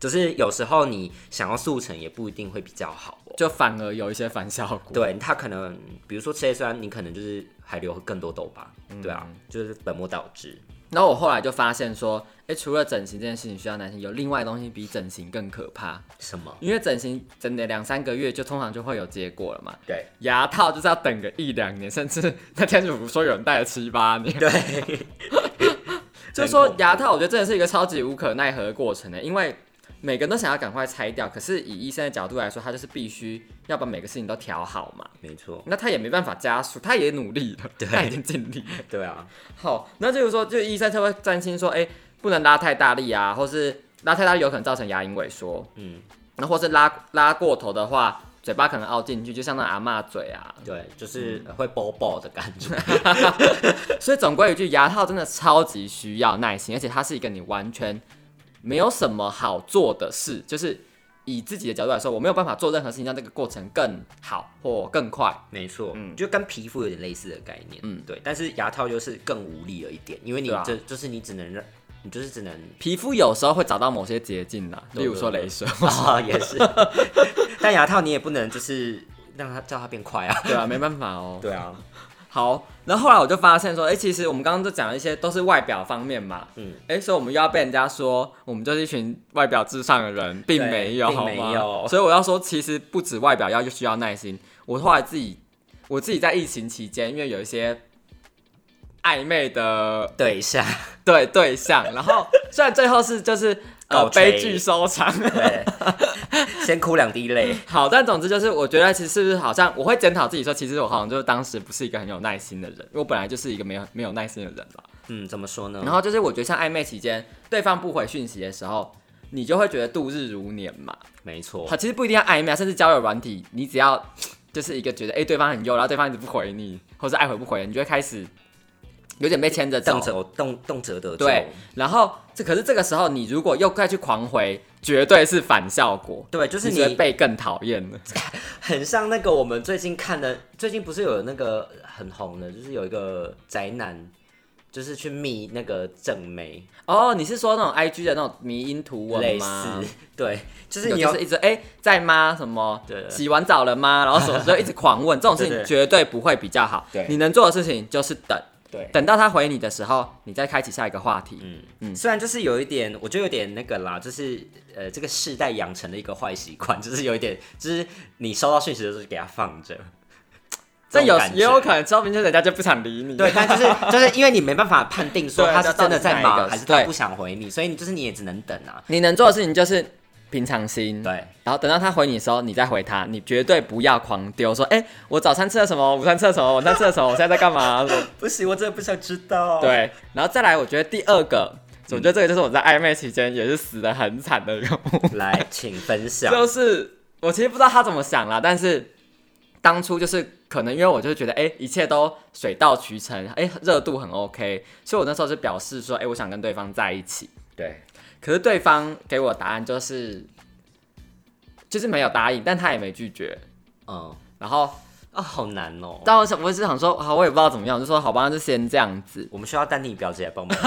[SPEAKER 2] 就是有时候你想要速成也不一定会比较好哦。
[SPEAKER 1] 就反而有一些反效果。
[SPEAKER 2] 对他可能，
[SPEAKER 1] 嗯
[SPEAKER 2] 比如说吃 A 酸，你可能就是还留更多痘疤，对啊，就是本末倒置。
[SPEAKER 1] 然后我后来就发现说，哎，除了整形这件事情需要担心，有另外东西比整形更可怕，
[SPEAKER 2] 什么？
[SPEAKER 1] 因为整形整的两三个月就通常就会有结果了嘛。
[SPEAKER 2] 对
[SPEAKER 1] 牙套就是要等个一两年，甚至那天主说有人戴了七八 *laughs* 年，
[SPEAKER 2] 对， *laughs*
[SPEAKER 1] 就是说牙套，我觉得真的是一个超级无可奈何的过程呢，因为每个人都想要赶快拆掉，可是以医生的角度来说，他就是必须要把每个事情都调好嘛。*laughs*
[SPEAKER 2] 没错，
[SPEAKER 1] 那他也没办法加速，他也努力了，
[SPEAKER 2] 对
[SPEAKER 1] 他已经尽力了。
[SPEAKER 2] 对啊，
[SPEAKER 1] 好，那就是说，就医生就会担心说，哎、不能拉太大力啊，或是拉太大力有可能造成牙龈萎缩，
[SPEAKER 2] 嗯，
[SPEAKER 1] 那或是拉拉过头的话，嘴巴可能凹进去，就像那阿嬷嘴啊。
[SPEAKER 2] 对，就是会包爆的感
[SPEAKER 1] 嗯
[SPEAKER 2] 觉，
[SPEAKER 1] 所以总归一句，牙套真的超级需要耐心，而且它是一个你完全没有什么好做的事，就是以自己的角度来说，我没有办法做任何事情让这个过程更好或更快。
[SPEAKER 2] 没错，
[SPEAKER 1] 嗯
[SPEAKER 2] 就跟皮肤有点类似的概念，
[SPEAKER 1] 嗯
[SPEAKER 2] 对，但是牙套就是更无力了一点，因为你
[SPEAKER 1] 对啊
[SPEAKER 2] 这就是你只能让，你就
[SPEAKER 1] *laughs*
[SPEAKER 2] 是只能
[SPEAKER 1] 皮肤有时候会找到某些捷径啦，例如说镭射，
[SPEAKER 2] 啊，也
[SPEAKER 1] *laughs*
[SPEAKER 2] 是，但牙套你也不能就是让它叫它变快啊，
[SPEAKER 1] *laughs* 对啊，没办法哦。
[SPEAKER 2] 对啊，
[SPEAKER 1] 好，然后后来我就发现说，哎、其实我们刚刚就讲了一些都是外表方面嘛，
[SPEAKER 2] 嗯
[SPEAKER 1] 嗯，哎、所以我们又要被人家说我们就是一群外表至上的人，并
[SPEAKER 2] 对
[SPEAKER 1] 没有，
[SPEAKER 2] 并
[SPEAKER 1] 好
[SPEAKER 2] 没
[SPEAKER 1] 吗
[SPEAKER 2] 有
[SPEAKER 1] 所以我要说，其实不止外表要就需要耐心。我后来自己，我自己在疫情期间，因为有一些暧昧的
[SPEAKER 2] *laughs* 对一
[SPEAKER 1] *laughs*
[SPEAKER 2] 下，
[SPEAKER 1] 对对象，然后虽然最后是
[SPEAKER 2] *laughs*
[SPEAKER 1] 就是呃
[SPEAKER 2] 告吹
[SPEAKER 1] 悲剧收场，
[SPEAKER 2] 对，先哭两滴泪，
[SPEAKER 1] *laughs* 好，但总之就是，我觉得其实是不是好像我会检讨自己说，其实我好像就是当时不是一个很有耐心的人，因为我本来就是一个没有没有耐心的人吧。
[SPEAKER 2] 嗯，怎么说呢？
[SPEAKER 1] 然后就是我觉得像暧昧期间，对方不回讯息的时候，你就会觉得度日如年嘛。
[SPEAKER 2] 没错
[SPEAKER 1] 好，，其实不一定要暧昧啊，甚至交友软体，你只要就是一个觉得哎、诶对方很优，然后对方一直不回你，或是爱回不回，你就会开始有点被牵着走
[SPEAKER 2] 动。辄动动辄得
[SPEAKER 1] 哦对
[SPEAKER 2] 咎，
[SPEAKER 1] 然后这可是这个时候，你如果又再去狂回，绝对是反效果，
[SPEAKER 2] 对，就是
[SPEAKER 1] 你
[SPEAKER 2] 你
[SPEAKER 1] 只会被更讨厌了。
[SPEAKER 2] 很像那个我们最近看的，最近不是有那个很红的，就是有一个宅男，就是去密那个正妹，
[SPEAKER 1] 哦，你是说那种 I G 的那种迷因图文
[SPEAKER 2] 类
[SPEAKER 1] 吗
[SPEAKER 2] 似？， *laughs* 对，就是
[SPEAKER 1] 有
[SPEAKER 2] 你
[SPEAKER 1] 就
[SPEAKER 2] 要
[SPEAKER 1] 是一直哎、在吗？什么
[SPEAKER 2] 对对
[SPEAKER 1] 洗完澡了
[SPEAKER 2] *laughs*
[SPEAKER 1] 吗？然后什么时候一直狂问，这种事
[SPEAKER 2] 对
[SPEAKER 1] 情
[SPEAKER 2] 对
[SPEAKER 1] 绝对不会比较好。
[SPEAKER 2] 对
[SPEAKER 1] 你能做的事情就是等，
[SPEAKER 2] 对，
[SPEAKER 1] 等到他回你的时候，你再开启下一个话题。
[SPEAKER 2] 嗯嗯，虽然就是有一点，我觉得有点那个啦，就是呃，这个世代养成的一个坏习惯，就是有一点，就是你收到讯息的时候就给它放着，
[SPEAKER 1] *laughs* 这有
[SPEAKER 2] 种感觉
[SPEAKER 1] 也有可能说明就人家就不想理你。
[SPEAKER 2] 对，但就是就是因为你没办法判定说
[SPEAKER 1] *laughs* 对
[SPEAKER 2] 他是真的
[SPEAKER 1] 到底是哪
[SPEAKER 2] 在
[SPEAKER 1] 一
[SPEAKER 2] 忙，
[SPEAKER 1] 个
[SPEAKER 2] 还是他
[SPEAKER 1] 对
[SPEAKER 2] 不想回你，所以你就是你也只能等啊，
[SPEAKER 1] 你能做的事情就是平常心。
[SPEAKER 2] 对。
[SPEAKER 1] 然后等到他回你的时候，你再回他，你绝对不要狂丢说，哎、我早餐吃了什么，午餐吃了什么，晚上吃了什么，我现在在干
[SPEAKER 2] *laughs*
[SPEAKER 1] 嘛？
[SPEAKER 2] 不行，我真的不想知道。，
[SPEAKER 1] 对，然后再来，我觉得第二个，我觉得这个就是我在暧昧期间也是死的很惨的人物，
[SPEAKER 2] 来，请分享。
[SPEAKER 1] 就是我其实不知道他怎么想啦，但是当初就是可能因为我就觉得，哎、一切都水到渠成，哎、热度很 OK，所以我那时候就表示说，哎、我想跟对方在一起，
[SPEAKER 2] 对，
[SPEAKER 1] 可是对方给我的答案就是，就是没有答应，但他也没拒绝，
[SPEAKER 2] 嗯，
[SPEAKER 1] 然后，
[SPEAKER 2] 啊，好难哦。
[SPEAKER 1] 但我想，我是想说，好，我也不知道怎么样，我就说好吧，那就先这样子。
[SPEAKER 2] 我们需要丹妮表姐来帮忙。
[SPEAKER 1] *laughs*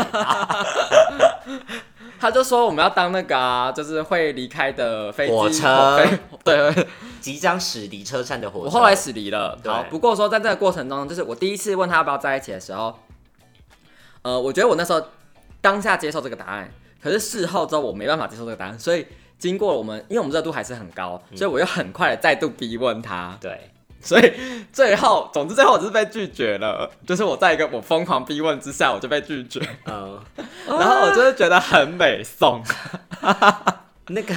[SPEAKER 1] 他就说我们要当那个啊，就是会离开的飞机
[SPEAKER 2] 火车
[SPEAKER 1] 飞对，对
[SPEAKER 2] 即将驶离车站的火车。
[SPEAKER 1] 我后来驶离了。
[SPEAKER 2] 对
[SPEAKER 1] 好，不过说在这个过程中，就是我第一次问他要不要在一起的时候，呃，我觉得我那时候当下接受这个答案，可是事后之后我没办法接受这个答案，所以经过我们，因为我们热度还是很高，
[SPEAKER 2] 嗯
[SPEAKER 1] 所以我又很快的再度逼问他，
[SPEAKER 2] 对，
[SPEAKER 1] 所以最后，总之最后我就是被拒绝了，就是我在一个我疯狂逼问之下，我就被拒绝，
[SPEAKER 2] 嗯，
[SPEAKER 1] 然后我就是觉得很美颂，
[SPEAKER 2] 那个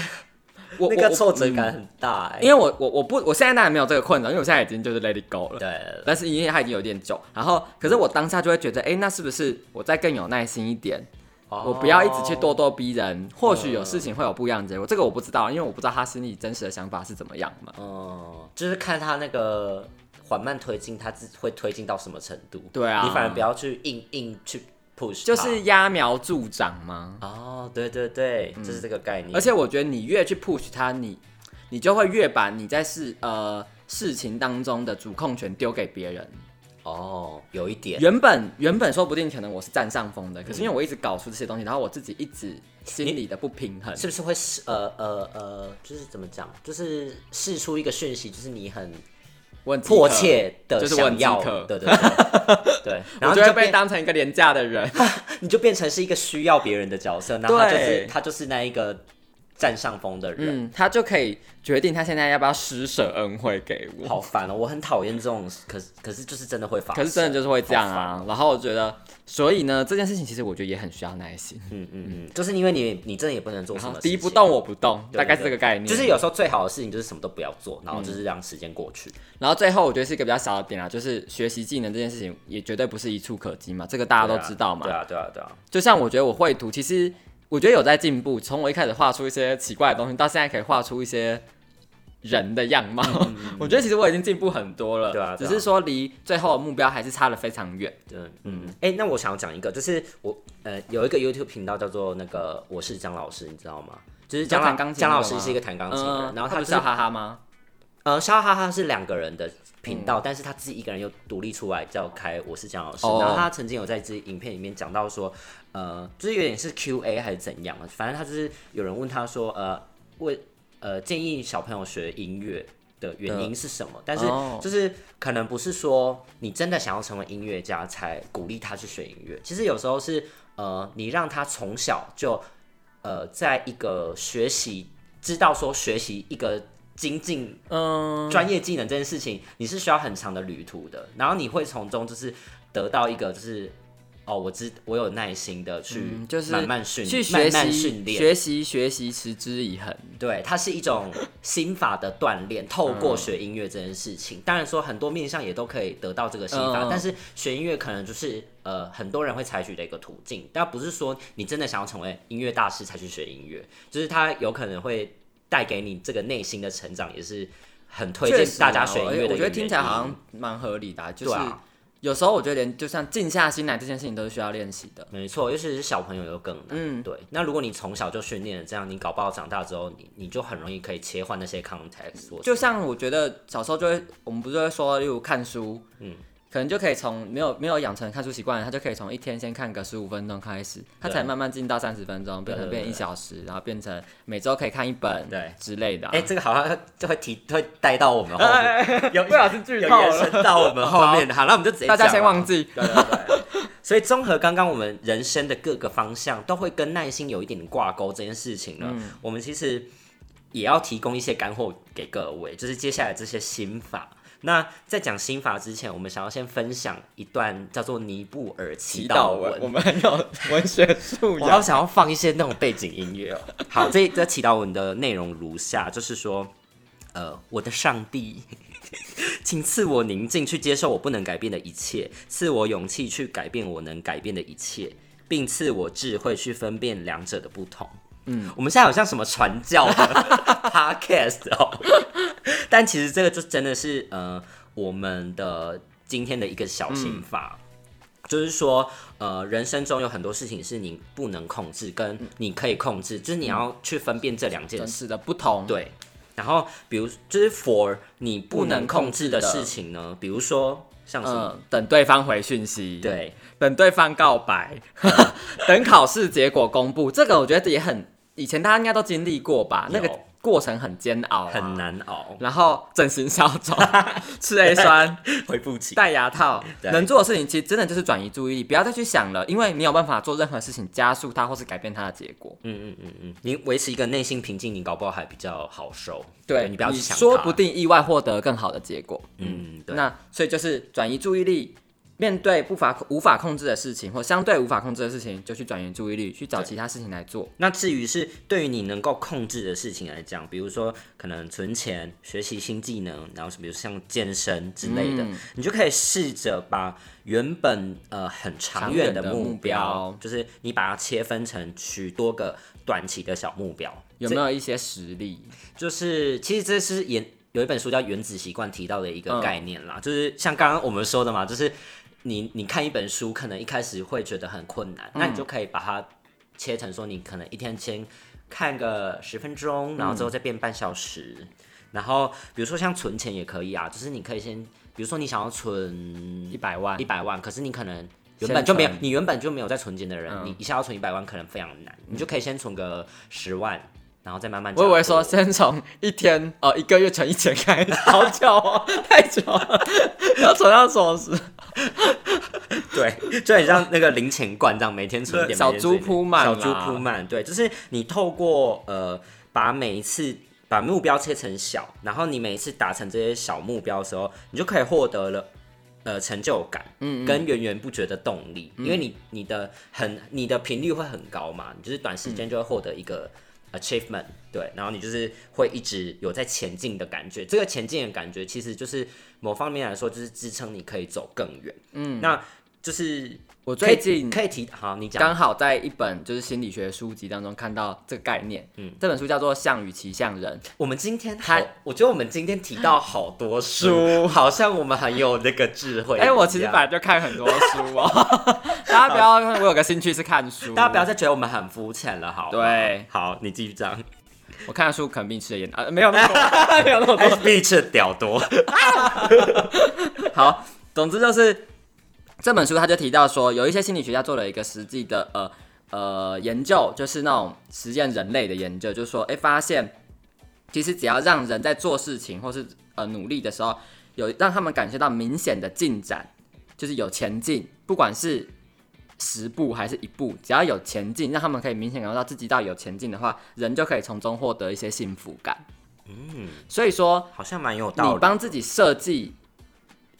[SPEAKER 1] 我
[SPEAKER 2] 那个
[SPEAKER 1] 我嗯
[SPEAKER 2] 挫折感很大哎、
[SPEAKER 1] 因为我我我不我现在当然没有这个困扰，因为我现在已经就是 let it go 了。
[SPEAKER 2] 对，
[SPEAKER 1] 但是因为它已经有点久，然后可是我当下就会觉得，哎、那是不是我再更有耐心一点？
[SPEAKER 2] 哦
[SPEAKER 1] 我不要一直去咄咄逼人，或许有事情会有不一样的结果。这个我不知道，因为我不知道他心里真实的想法是怎么样嘛。
[SPEAKER 2] 嗯，就是看他那个缓慢推进，他自会推进到什么程度。
[SPEAKER 1] 对啊
[SPEAKER 2] 你反而不要去硬硬去 push，
[SPEAKER 1] 就
[SPEAKER 2] 它
[SPEAKER 1] 是揠苗助长嘛。
[SPEAKER 2] 哦，对对对，就是这个概念。
[SPEAKER 1] 嗯而且我觉得你越去 push 他，你你就会越把你在事呃事情当中的主控权丢给别人。
[SPEAKER 2] 哦，有一点，
[SPEAKER 1] 原本原本说不定可能我是占上风的，可是因为我一直搞出这些东西，然后我自己一直心里的不平衡。
[SPEAKER 2] 是不是会试呃呃呃，就是怎么讲，就是试出一个讯息，就是你很
[SPEAKER 1] 我很饥渴
[SPEAKER 2] 迫，切的
[SPEAKER 1] 就是我
[SPEAKER 2] 想
[SPEAKER 1] 很饥
[SPEAKER 2] 要，
[SPEAKER 1] 渴
[SPEAKER 2] 对对对
[SPEAKER 1] *laughs*
[SPEAKER 2] 对，
[SPEAKER 1] 我
[SPEAKER 2] 然后
[SPEAKER 1] 就
[SPEAKER 2] 你
[SPEAKER 1] 会
[SPEAKER 2] 就
[SPEAKER 1] 被
[SPEAKER 2] 变
[SPEAKER 1] 当成一个廉价的人。
[SPEAKER 2] 你就变成是一个需要别人的角色，然后他就是
[SPEAKER 1] 对
[SPEAKER 2] 他就是那一个占上风的
[SPEAKER 1] *laughs*
[SPEAKER 2] 人，
[SPEAKER 1] 嗯，他就可以决定他现在要不要施舍恩惠给我。
[SPEAKER 2] 好烦哦！我很讨厌这种，可是可是就是真的会发生，
[SPEAKER 1] 可是真的就是会这样啊。然后我觉得，所以呢，这件事情其实我觉得也很需要耐心。
[SPEAKER 2] 嗯嗯嗯，就是因为你你真的也不能做什
[SPEAKER 1] 然
[SPEAKER 2] 么
[SPEAKER 1] 后
[SPEAKER 2] 事
[SPEAKER 1] 敌不
[SPEAKER 2] 情，
[SPEAKER 1] 动我不动，
[SPEAKER 2] 对，
[SPEAKER 1] 大概是这个概念。嗯
[SPEAKER 2] 就是有时候最好的事情就是什么都不要做，然后就是让时间过去。
[SPEAKER 1] 然后最后我觉得是一个比较小的点啊，就是学习技能这件事情也绝对不是一触可及嘛，这个大家都知道嘛。
[SPEAKER 2] 对啊，对啊，对啊，
[SPEAKER 1] 就像我觉得我绘图，其实我觉得有在进步，从我一开始画出一些奇怪的东西，到现在可以画出一些人的样貌，
[SPEAKER 2] 嗯
[SPEAKER 1] *laughs* 我觉得其实我已经进步很多了。
[SPEAKER 2] 对啊对
[SPEAKER 1] 只
[SPEAKER 2] 啊
[SPEAKER 1] 是说离最后的目标还是差得非常远。
[SPEAKER 2] 对啊，嗯，哎、那我想要讲一个，就是我呃有一个 YouTube 频道叫做那个我是姜老师，你知道吗？就是姜
[SPEAKER 1] 就
[SPEAKER 2] 老
[SPEAKER 1] 弹钢琴
[SPEAKER 2] 姜
[SPEAKER 1] 那
[SPEAKER 2] 老
[SPEAKER 1] 个
[SPEAKER 2] 师
[SPEAKER 1] 吗
[SPEAKER 2] 是一个弹钢琴的人，然后
[SPEAKER 1] 嗯
[SPEAKER 2] 他
[SPEAKER 1] 不
[SPEAKER 2] 就是是
[SPEAKER 1] 笑哈哈吗？
[SPEAKER 2] 呃，笑哈哈是两个人的频道，但是他自己一个人又独立出来叫开我是姜老师。
[SPEAKER 1] 嗯哦
[SPEAKER 2] 然后他曾经有在这影片里面讲到说，呃，就是有点是 Q A 还是怎样啊，反正他就是有人问他说，呃，为呃建议小朋友学音乐。的原因是什么？但是
[SPEAKER 1] 哦
[SPEAKER 2] 就是可能不是说你真的想要成为音乐家才鼓励他去学音乐。其实有时候是呃，你让他从小就呃，在一个学习知道说学习一个精进
[SPEAKER 1] 嗯，
[SPEAKER 2] 专业技能这件事情，你是需要很长的旅途的，然后你会从中就是得到一个就是。哦，我知，我有耐心的去、
[SPEAKER 1] 嗯就是
[SPEAKER 2] 慢慢训，
[SPEAKER 1] 去学
[SPEAKER 2] 慢慢
[SPEAKER 1] 习
[SPEAKER 2] 训、练，
[SPEAKER 1] 学习、学习，持之以恒。
[SPEAKER 2] 对，它是一种心法的锻
[SPEAKER 1] 嗯
[SPEAKER 2] 炼，透过学音乐这件事情，当然说很多面向也都可以得到这个心法，
[SPEAKER 1] 嗯嗯
[SPEAKER 2] 但是学音乐可能就是呃很多人会采取的一个途径，但不是说你真的想要成为音乐大师才去学音乐，就是它有可能会带给你这个内心的成长，也是很推
[SPEAKER 1] 确
[SPEAKER 2] 荐
[SPEAKER 1] 实啊
[SPEAKER 2] 大家学音乐的
[SPEAKER 1] 我我觉得
[SPEAKER 2] 原
[SPEAKER 1] 听起来
[SPEAKER 2] 因
[SPEAKER 1] 好像蛮合理的啊、就是
[SPEAKER 2] 对啊
[SPEAKER 1] 有时候我觉得连就像静下心来这件事情都是需要练习的。
[SPEAKER 2] 没错，尤其是小朋友又更难。
[SPEAKER 1] 嗯
[SPEAKER 2] 对。那如果你从小就训练了这样，你搞不好长大之后，你你就很容易可以切换那些 context 或是。
[SPEAKER 1] 就像我觉得小时候就会，我们不是会说，例如看书，
[SPEAKER 2] 嗯
[SPEAKER 1] 嗯，可能就可以从没有没有养成看书习惯的人，他就可以从一天先看个十五分钟开始，他才慢慢进到三十分钟，变成
[SPEAKER 2] 对对
[SPEAKER 1] 变
[SPEAKER 2] 对
[SPEAKER 1] 一小时，然后变成每周可以看一本，
[SPEAKER 2] 对
[SPEAKER 1] 之类的、啊。哎
[SPEAKER 2] 哎、
[SPEAKER 1] *laughs*
[SPEAKER 2] 这个好像就会提会带到我们后面，有
[SPEAKER 1] 不小心剧
[SPEAKER 2] 有
[SPEAKER 1] 透
[SPEAKER 2] 延
[SPEAKER 1] 了
[SPEAKER 2] 伸到我们后面。好，那我们就直接
[SPEAKER 1] 大家先
[SPEAKER 2] 讲了
[SPEAKER 1] 忘记，
[SPEAKER 2] 对对对。所以综合刚刚我们人生的各个方向，都会跟耐心有一点点挂钩这件事情呢，
[SPEAKER 1] 嗯
[SPEAKER 2] 我们其实也要提供一些干货给各位，就是接下来这些心法。那在讲心法之前，我们想要先分享一段叫做尼布尔祈
[SPEAKER 1] 祈
[SPEAKER 2] 祷
[SPEAKER 1] 祷
[SPEAKER 2] 文
[SPEAKER 1] 文，。我们很有文学素
[SPEAKER 2] 我
[SPEAKER 1] 养。
[SPEAKER 2] 要想要放一些那种背景音乐哦。 *laughs* 好，这这祈祷文的内容如下，就是说，呃，我的上帝， *laughs* 请赐我宁静去接受我不能改变的一切，赐我勇气去改变我能改变的一切，并赐我智慧去分辨两者的不同。嗯，我们现在好像什么传教的 *laughs* podcast 哦，但其实这个就真的是呃，我们的今天的一个小心法。
[SPEAKER 1] 嗯
[SPEAKER 2] 就是说，呃，人生中有很多事情是你不能控制，跟你可以控制，就是你要去分辨这两件
[SPEAKER 1] 真
[SPEAKER 2] 事。
[SPEAKER 1] 是的不同，
[SPEAKER 2] 对，然后比如就是 for 你不
[SPEAKER 1] 不能
[SPEAKER 2] 能控制的
[SPEAKER 1] 控制的
[SPEAKER 2] 事情呢，比如说像什么，
[SPEAKER 1] 嗯，等对方回讯息，，
[SPEAKER 2] 对，
[SPEAKER 1] 等对方告白， *laughs* 等考试结果公布，这个我觉得也很，以前大家应该都经历过吧？那
[SPEAKER 2] 有
[SPEAKER 1] 个过程很煎熬、啊
[SPEAKER 2] 很。难熬，
[SPEAKER 1] 然后整形消肿、 *laughs* 吃 A 酸、
[SPEAKER 2] *laughs* 回不起。
[SPEAKER 1] 戴牙套，
[SPEAKER 2] 对
[SPEAKER 1] 能做的事情其实真的就是转移注意力，不要再去想了，因为你有办法做任何事情加速它或是改变它的结果。
[SPEAKER 2] 嗯嗯嗯嗯，你维持一个内心平静，你搞不好还比较好受。
[SPEAKER 1] 对
[SPEAKER 2] 你不要去想它
[SPEAKER 1] 说不定意外获得更好的结果。
[SPEAKER 2] 嗯，对，
[SPEAKER 1] 那所以就是转移注意力，面对不法无法控制的事情或相对无法控制的事情，就去转移注意力，去找其他事情来做。
[SPEAKER 2] 那至于是对于你能够控制的事情来讲，比如说可能存钱、学习新技能，然后是比如像健身之类的，
[SPEAKER 1] 嗯
[SPEAKER 2] 你就可以试着把原本呃很长远的目
[SPEAKER 1] 长远的目标
[SPEAKER 2] 就是你把它切分成许多个短期的小目标。
[SPEAKER 1] 有没有一些实力？
[SPEAKER 2] 就是其实这是原有一本书叫《原子习惯》提到的一
[SPEAKER 1] 嗯
[SPEAKER 2] 个概念啦，就是像刚刚我们说的嘛，就是你你看一本书，可能一开始会觉得很困难，
[SPEAKER 1] 嗯
[SPEAKER 2] 那你就可以把它切成说，你可能一天先看个十分钟，然后之
[SPEAKER 1] 嗯
[SPEAKER 2] 后再变半小时，然后比如说像存钱也可以啊，就是你可以先，比如说你想要存
[SPEAKER 1] 一百万
[SPEAKER 2] 一，百万，可是你可能
[SPEAKER 1] 先
[SPEAKER 2] 原本就没有
[SPEAKER 1] 存，
[SPEAKER 2] 你原本就没有在存钱的人，
[SPEAKER 1] 嗯
[SPEAKER 2] 你一下要存一百万可能非常难，你就可以先存个十万，然后再慢慢。
[SPEAKER 1] 我以为说，先从一天呃一个月存一千开始， *laughs* 好久哦，太久了， *laughs* 要存到什么时候？
[SPEAKER 2] *laughs* 对，就很像那个零钱罐这样，每天存一点，
[SPEAKER 1] 小
[SPEAKER 2] 每天存一
[SPEAKER 1] 猪
[SPEAKER 2] 点
[SPEAKER 1] 铺满
[SPEAKER 2] 小
[SPEAKER 1] 啦
[SPEAKER 2] 猪铺满，对，就是你透过呃，把每一次把目标切成小，然后你每一次达成这些小目标的时候，你就可以获得了。呃，成就感，嗯跟源源不绝的动力，
[SPEAKER 1] 嗯
[SPEAKER 2] 因为你你的很你的频率会很高嘛，你就是短时间就会获得一个
[SPEAKER 1] 嗯
[SPEAKER 2] achievement，对，然后你就是会一直有在前进的感觉，这个前进的感觉其实就是某方面来说，就是支撑你可以走更远，嗯，那就是
[SPEAKER 1] 我
[SPEAKER 2] 可以
[SPEAKER 1] 最近
[SPEAKER 2] 可以提，好，你讲，
[SPEAKER 1] 刚好在一本就是心理学书籍当中看到这个概念，嗯，这本书叫做《项羽骑象人》，
[SPEAKER 2] 我们今天
[SPEAKER 1] 他
[SPEAKER 2] 好，我觉得我们今天提到好多书，好像我们很有那个智慧一
[SPEAKER 1] 哎、
[SPEAKER 2] 样。
[SPEAKER 1] 我其实本来就看很多书哦， *laughs* 大家不要，我有个兴趣是看书，
[SPEAKER 2] 大家不要，再觉得我们很肤浅了，好吗，
[SPEAKER 1] 对
[SPEAKER 2] 好，你继
[SPEAKER 1] *laughs*
[SPEAKER 2] 续讲，
[SPEAKER 1] 我看的书可能比你吃的盐啊，没有 *laughs* 那么多，没有那么
[SPEAKER 2] 哎
[SPEAKER 1] 多。
[SPEAKER 2] 比你吃的屌
[SPEAKER 1] *laughs*
[SPEAKER 2] 多，
[SPEAKER 1] 好，总之就是这本书他就提到说，有一些心理学家做了一个实际的呃呃研究，就是那种实验人类的研究，就是说，哎、发现其实只要让人在做事情或是呃努力的时候，有让他们感受到明显的进展，就是有前进，不管是十步还是一步，只要有前进，让他们可以明显感受到自己到有前进的话，人就可以从中获得一些幸福感。嗯，所以说
[SPEAKER 2] 好像蛮有道
[SPEAKER 1] 你
[SPEAKER 2] 理。
[SPEAKER 1] 帮自己设计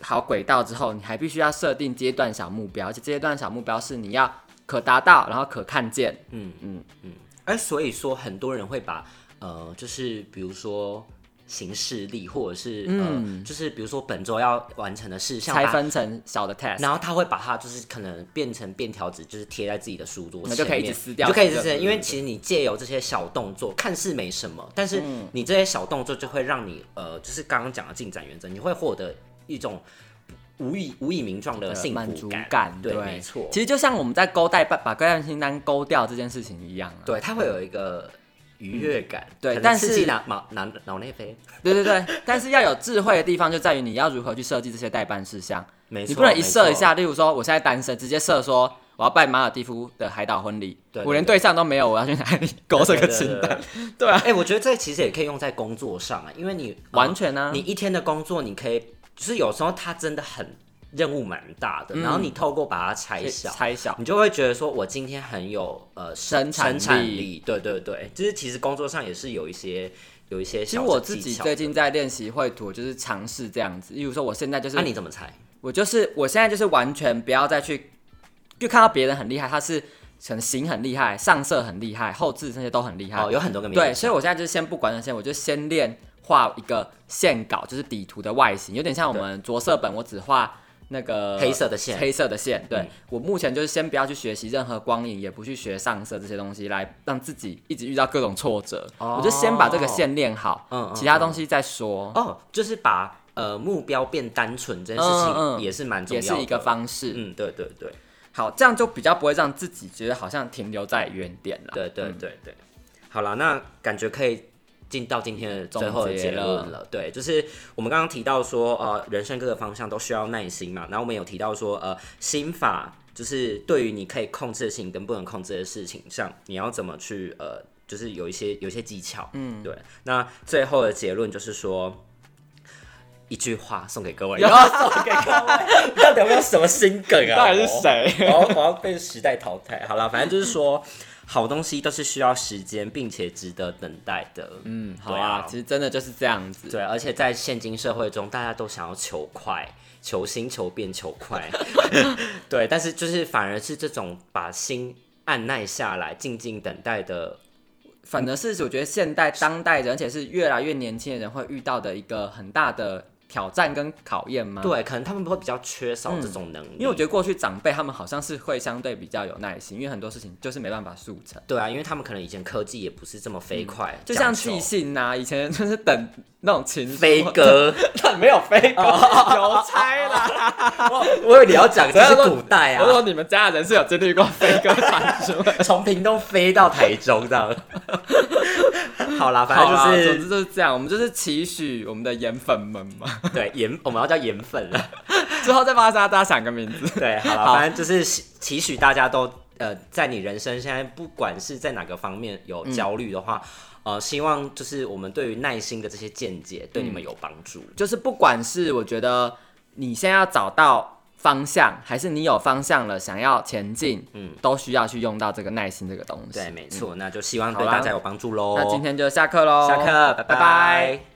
[SPEAKER 1] 好轨道之后，你还必须要设定阶段小目标，而且阶段小目标是你要可达到，然后可看见。
[SPEAKER 2] 哎，所以说很多人会把呃，就是比如说。行事历，或者是、呃，就是比如说本周要完成的事
[SPEAKER 1] 嗯
[SPEAKER 2] 项，
[SPEAKER 1] 拆
[SPEAKER 2] 把
[SPEAKER 1] 分成小的 test。
[SPEAKER 2] 然后他会把它就是可能变成便条纸，就是贴在自己的书桌前面，
[SPEAKER 1] 那就可以一直撕掉
[SPEAKER 2] 你就可以一直
[SPEAKER 1] 撕掉
[SPEAKER 2] 撕。因为其实你借由这些小动作，看似没什么，但是
[SPEAKER 1] 嗯
[SPEAKER 2] 你这些小动作就会让你呃，就是刚刚讲的进展原则，你会获得一种无以无以名状的幸
[SPEAKER 1] 呃满
[SPEAKER 2] 福
[SPEAKER 1] 足
[SPEAKER 2] 感
[SPEAKER 1] 感，
[SPEAKER 2] 对，没错，
[SPEAKER 1] 其实就像我们在勾带把把勾带清单勾掉这件事情一样、啊。
[SPEAKER 2] 对，它会有一个愉悦感，
[SPEAKER 1] 嗯对
[SPEAKER 2] 可能
[SPEAKER 1] 但是
[SPEAKER 2] 刺激脑脑脑脑内啡，
[SPEAKER 1] 对对对，但是要有智慧的地方就在于你要如何去设计这些代办事项。
[SPEAKER 2] 没错，
[SPEAKER 1] 你不能一设一
[SPEAKER 2] 没错，
[SPEAKER 1] 下，例如说我现在单身，直接设说我要办马尔蒂夫的海岛婚礼，
[SPEAKER 2] 对对
[SPEAKER 1] 我连
[SPEAKER 2] 对
[SPEAKER 1] 对象都没有，我要去哪里勾这个
[SPEAKER 2] 对对
[SPEAKER 1] 清
[SPEAKER 2] 对
[SPEAKER 1] 单？
[SPEAKER 2] 对啊，哎、我觉得这其实也可以用在工作上啊，因为你呃
[SPEAKER 1] 完全啊
[SPEAKER 2] 你一天的工作，你可以就是有时候它真的很任务蛮大的，然后你透过把它拆小，
[SPEAKER 1] 嗯拆小。
[SPEAKER 2] 你就会觉得说我今天很有呃
[SPEAKER 1] 生产
[SPEAKER 2] 生产
[SPEAKER 1] 力
[SPEAKER 2] 力，对对对，就是其实工作上也是有一些有一些
[SPEAKER 1] 其
[SPEAKER 2] 小
[SPEAKER 1] 实
[SPEAKER 2] 的
[SPEAKER 1] 我自己
[SPEAKER 2] 技巧
[SPEAKER 1] 最，近在练习绘图，就是尝试这样子。例如说，我现在就是、
[SPEAKER 2] 啊那、你怎么猜？
[SPEAKER 1] 我就是我现在就是完全不要再去，就看到别人很厉害，他是可能形很厉害，上色很厉害，后置那些都很厉害。
[SPEAKER 2] 哦，有很多个名字
[SPEAKER 1] 对，所以我现在就是先不管那些，我就先练画一个线稿，就是底图的外形，有点像我们着色本，我只画那个
[SPEAKER 2] 黑色的线
[SPEAKER 1] 黑色的线。对、
[SPEAKER 2] 嗯
[SPEAKER 1] 我目前就是先不要去学习任何光影，也不去学上色这些东西，来让自己一直遇到各种挫折。
[SPEAKER 2] 哦
[SPEAKER 1] 我就先把这个线练好，
[SPEAKER 2] 嗯嗯
[SPEAKER 1] 其他东西再说，
[SPEAKER 2] 哦，就是把呃目标变单纯这件事
[SPEAKER 1] 嗯
[SPEAKER 2] 情
[SPEAKER 1] 嗯
[SPEAKER 2] 也是蛮重
[SPEAKER 1] 也
[SPEAKER 2] 要的，
[SPEAKER 1] 是一个方式。
[SPEAKER 2] 嗯，对对对
[SPEAKER 1] 好，这样就比较不会让自己觉得好像停留在原点了。
[SPEAKER 2] 对对对对，好了，那感觉可以进到今天的最后的结论
[SPEAKER 1] 总结
[SPEAKER 2] 了。对，就是我们刚刚提到说，呃，人生各个方向都需要耐心嘛，然后我们有提到说，呃，心法就是对于你可以控制的事情跟不能控制的事情上，你要怎么去呃，就是有一些有一些技巧。嗯，对。那最后的结论就是说。一句话送给
[SPEAKER 1] *laughs*
[SPEAKER 2] 各位， *laughs*
[SPEAKER 1] 要
[SPEAKER 2] 送给各位，到底有没有什么新梗
[SPEAKER 1] *laughs*
[SPEAKER 2] 啊？
[SPEAKER 1] 到底是谁
[SPEAKER 2] *laughs* 我要我要被时代淘汰。好了，反正就是说，好东西都是需要时间，并且值得等待的。嗯，
[SPEAKER 1] 好啊，其实真的就是这样子。
[SPEAKER 2] 对，啊而且在现今社会中，大家都想要求快、求新、求变、求
[SPEAKER 1] *laughs*
[SPEAKER 2] 快。对，但是就是反而是这种把心按耐下来、静静等待的，
[SPEAKER 1] 嗯反而是我觉得现代当代人，而且是越来越年轻的人会遇到的一个很大的挑战跟考验吗？，
[SPEAKER 2] 对，可能他们会比较缺少这种能力。
[SPEAKER 1] 嗯因为我觉得过去长辈他们好像是会相对比较有耐心，因为很多事情就是没办法速成。
[SPEAKER 2] 对啊，因为他们可能以前科技也不是这么飞快，
[SPEAKER 1] 嗯就像
[SPEAKER 2] 讲
[SPEAKER 1] 寄
[SPEAKER 2] 求
[SPEAKER 1] 信呐、以前就是等那种情书
[SPEAKER 2] 飞，哥，哦
[SPEAKER 1] 没有飞
[SPEAKER 2] *laughs*
[SPEAKER 1] 鸽， *laughs* 邮差啦。
[SPEAKER 2] 我以为你
[SPEAKER 1] *laughs*
[SPEAKER 2] 要讲这是古代
[SPEAKER 1] 我
[SPEAKER 2] 啊，
[SPEAKER 1] 说你们家的人是有经历过飞鸽传书的。
[SPEAKER 2] 从屏东飞到台中这样。好啦，反
[SPEAKER 1] 好啦，
[SPEAKER 2] 正就
[SPEAKER 1] 总
[SPEAKER 2] 是
[SPEAKER 1] 之就是这样，我们就是期许我们的颜粉们嘛，
[SPEAKER 2] 对盐，我们要叫盐粉了。 *laughs*
[SPEAKER 1] 之后再帮大家想个名字。
[SPEAKER 2] 对，好了，
[SPEAKER 1] 好
[SPEAKER 2] 反正就是期
[SPEAKER 1] 嗯
[SPEAKER 2] 许大家都呃，在你人生现在不管是在哪个方面有焦虑的话，呃，希望就是我们对于耐心的这些见解对你
[SPEAKER 1] 嗯
[SPEAKER 2] 们有帮助。
[SPEAKER 1] 就是不管是我觉得你现在要找到方向，还是你有方向了想要前进，嗯，都需要去用到这个耐心这个东西。
[SPEAKER 2] 对，没错，那就希望
[SPEAKER 1] 嗯好
[SPEAKER 2] 对
[SPEAKER 1] 啦
[SPEAKER 2] 大家有帮助喽。
[SPEAKER 1] 那今天就下课喽，
[SPEAKER 2] 下课，拜
[SPEAKER 1] 拜拜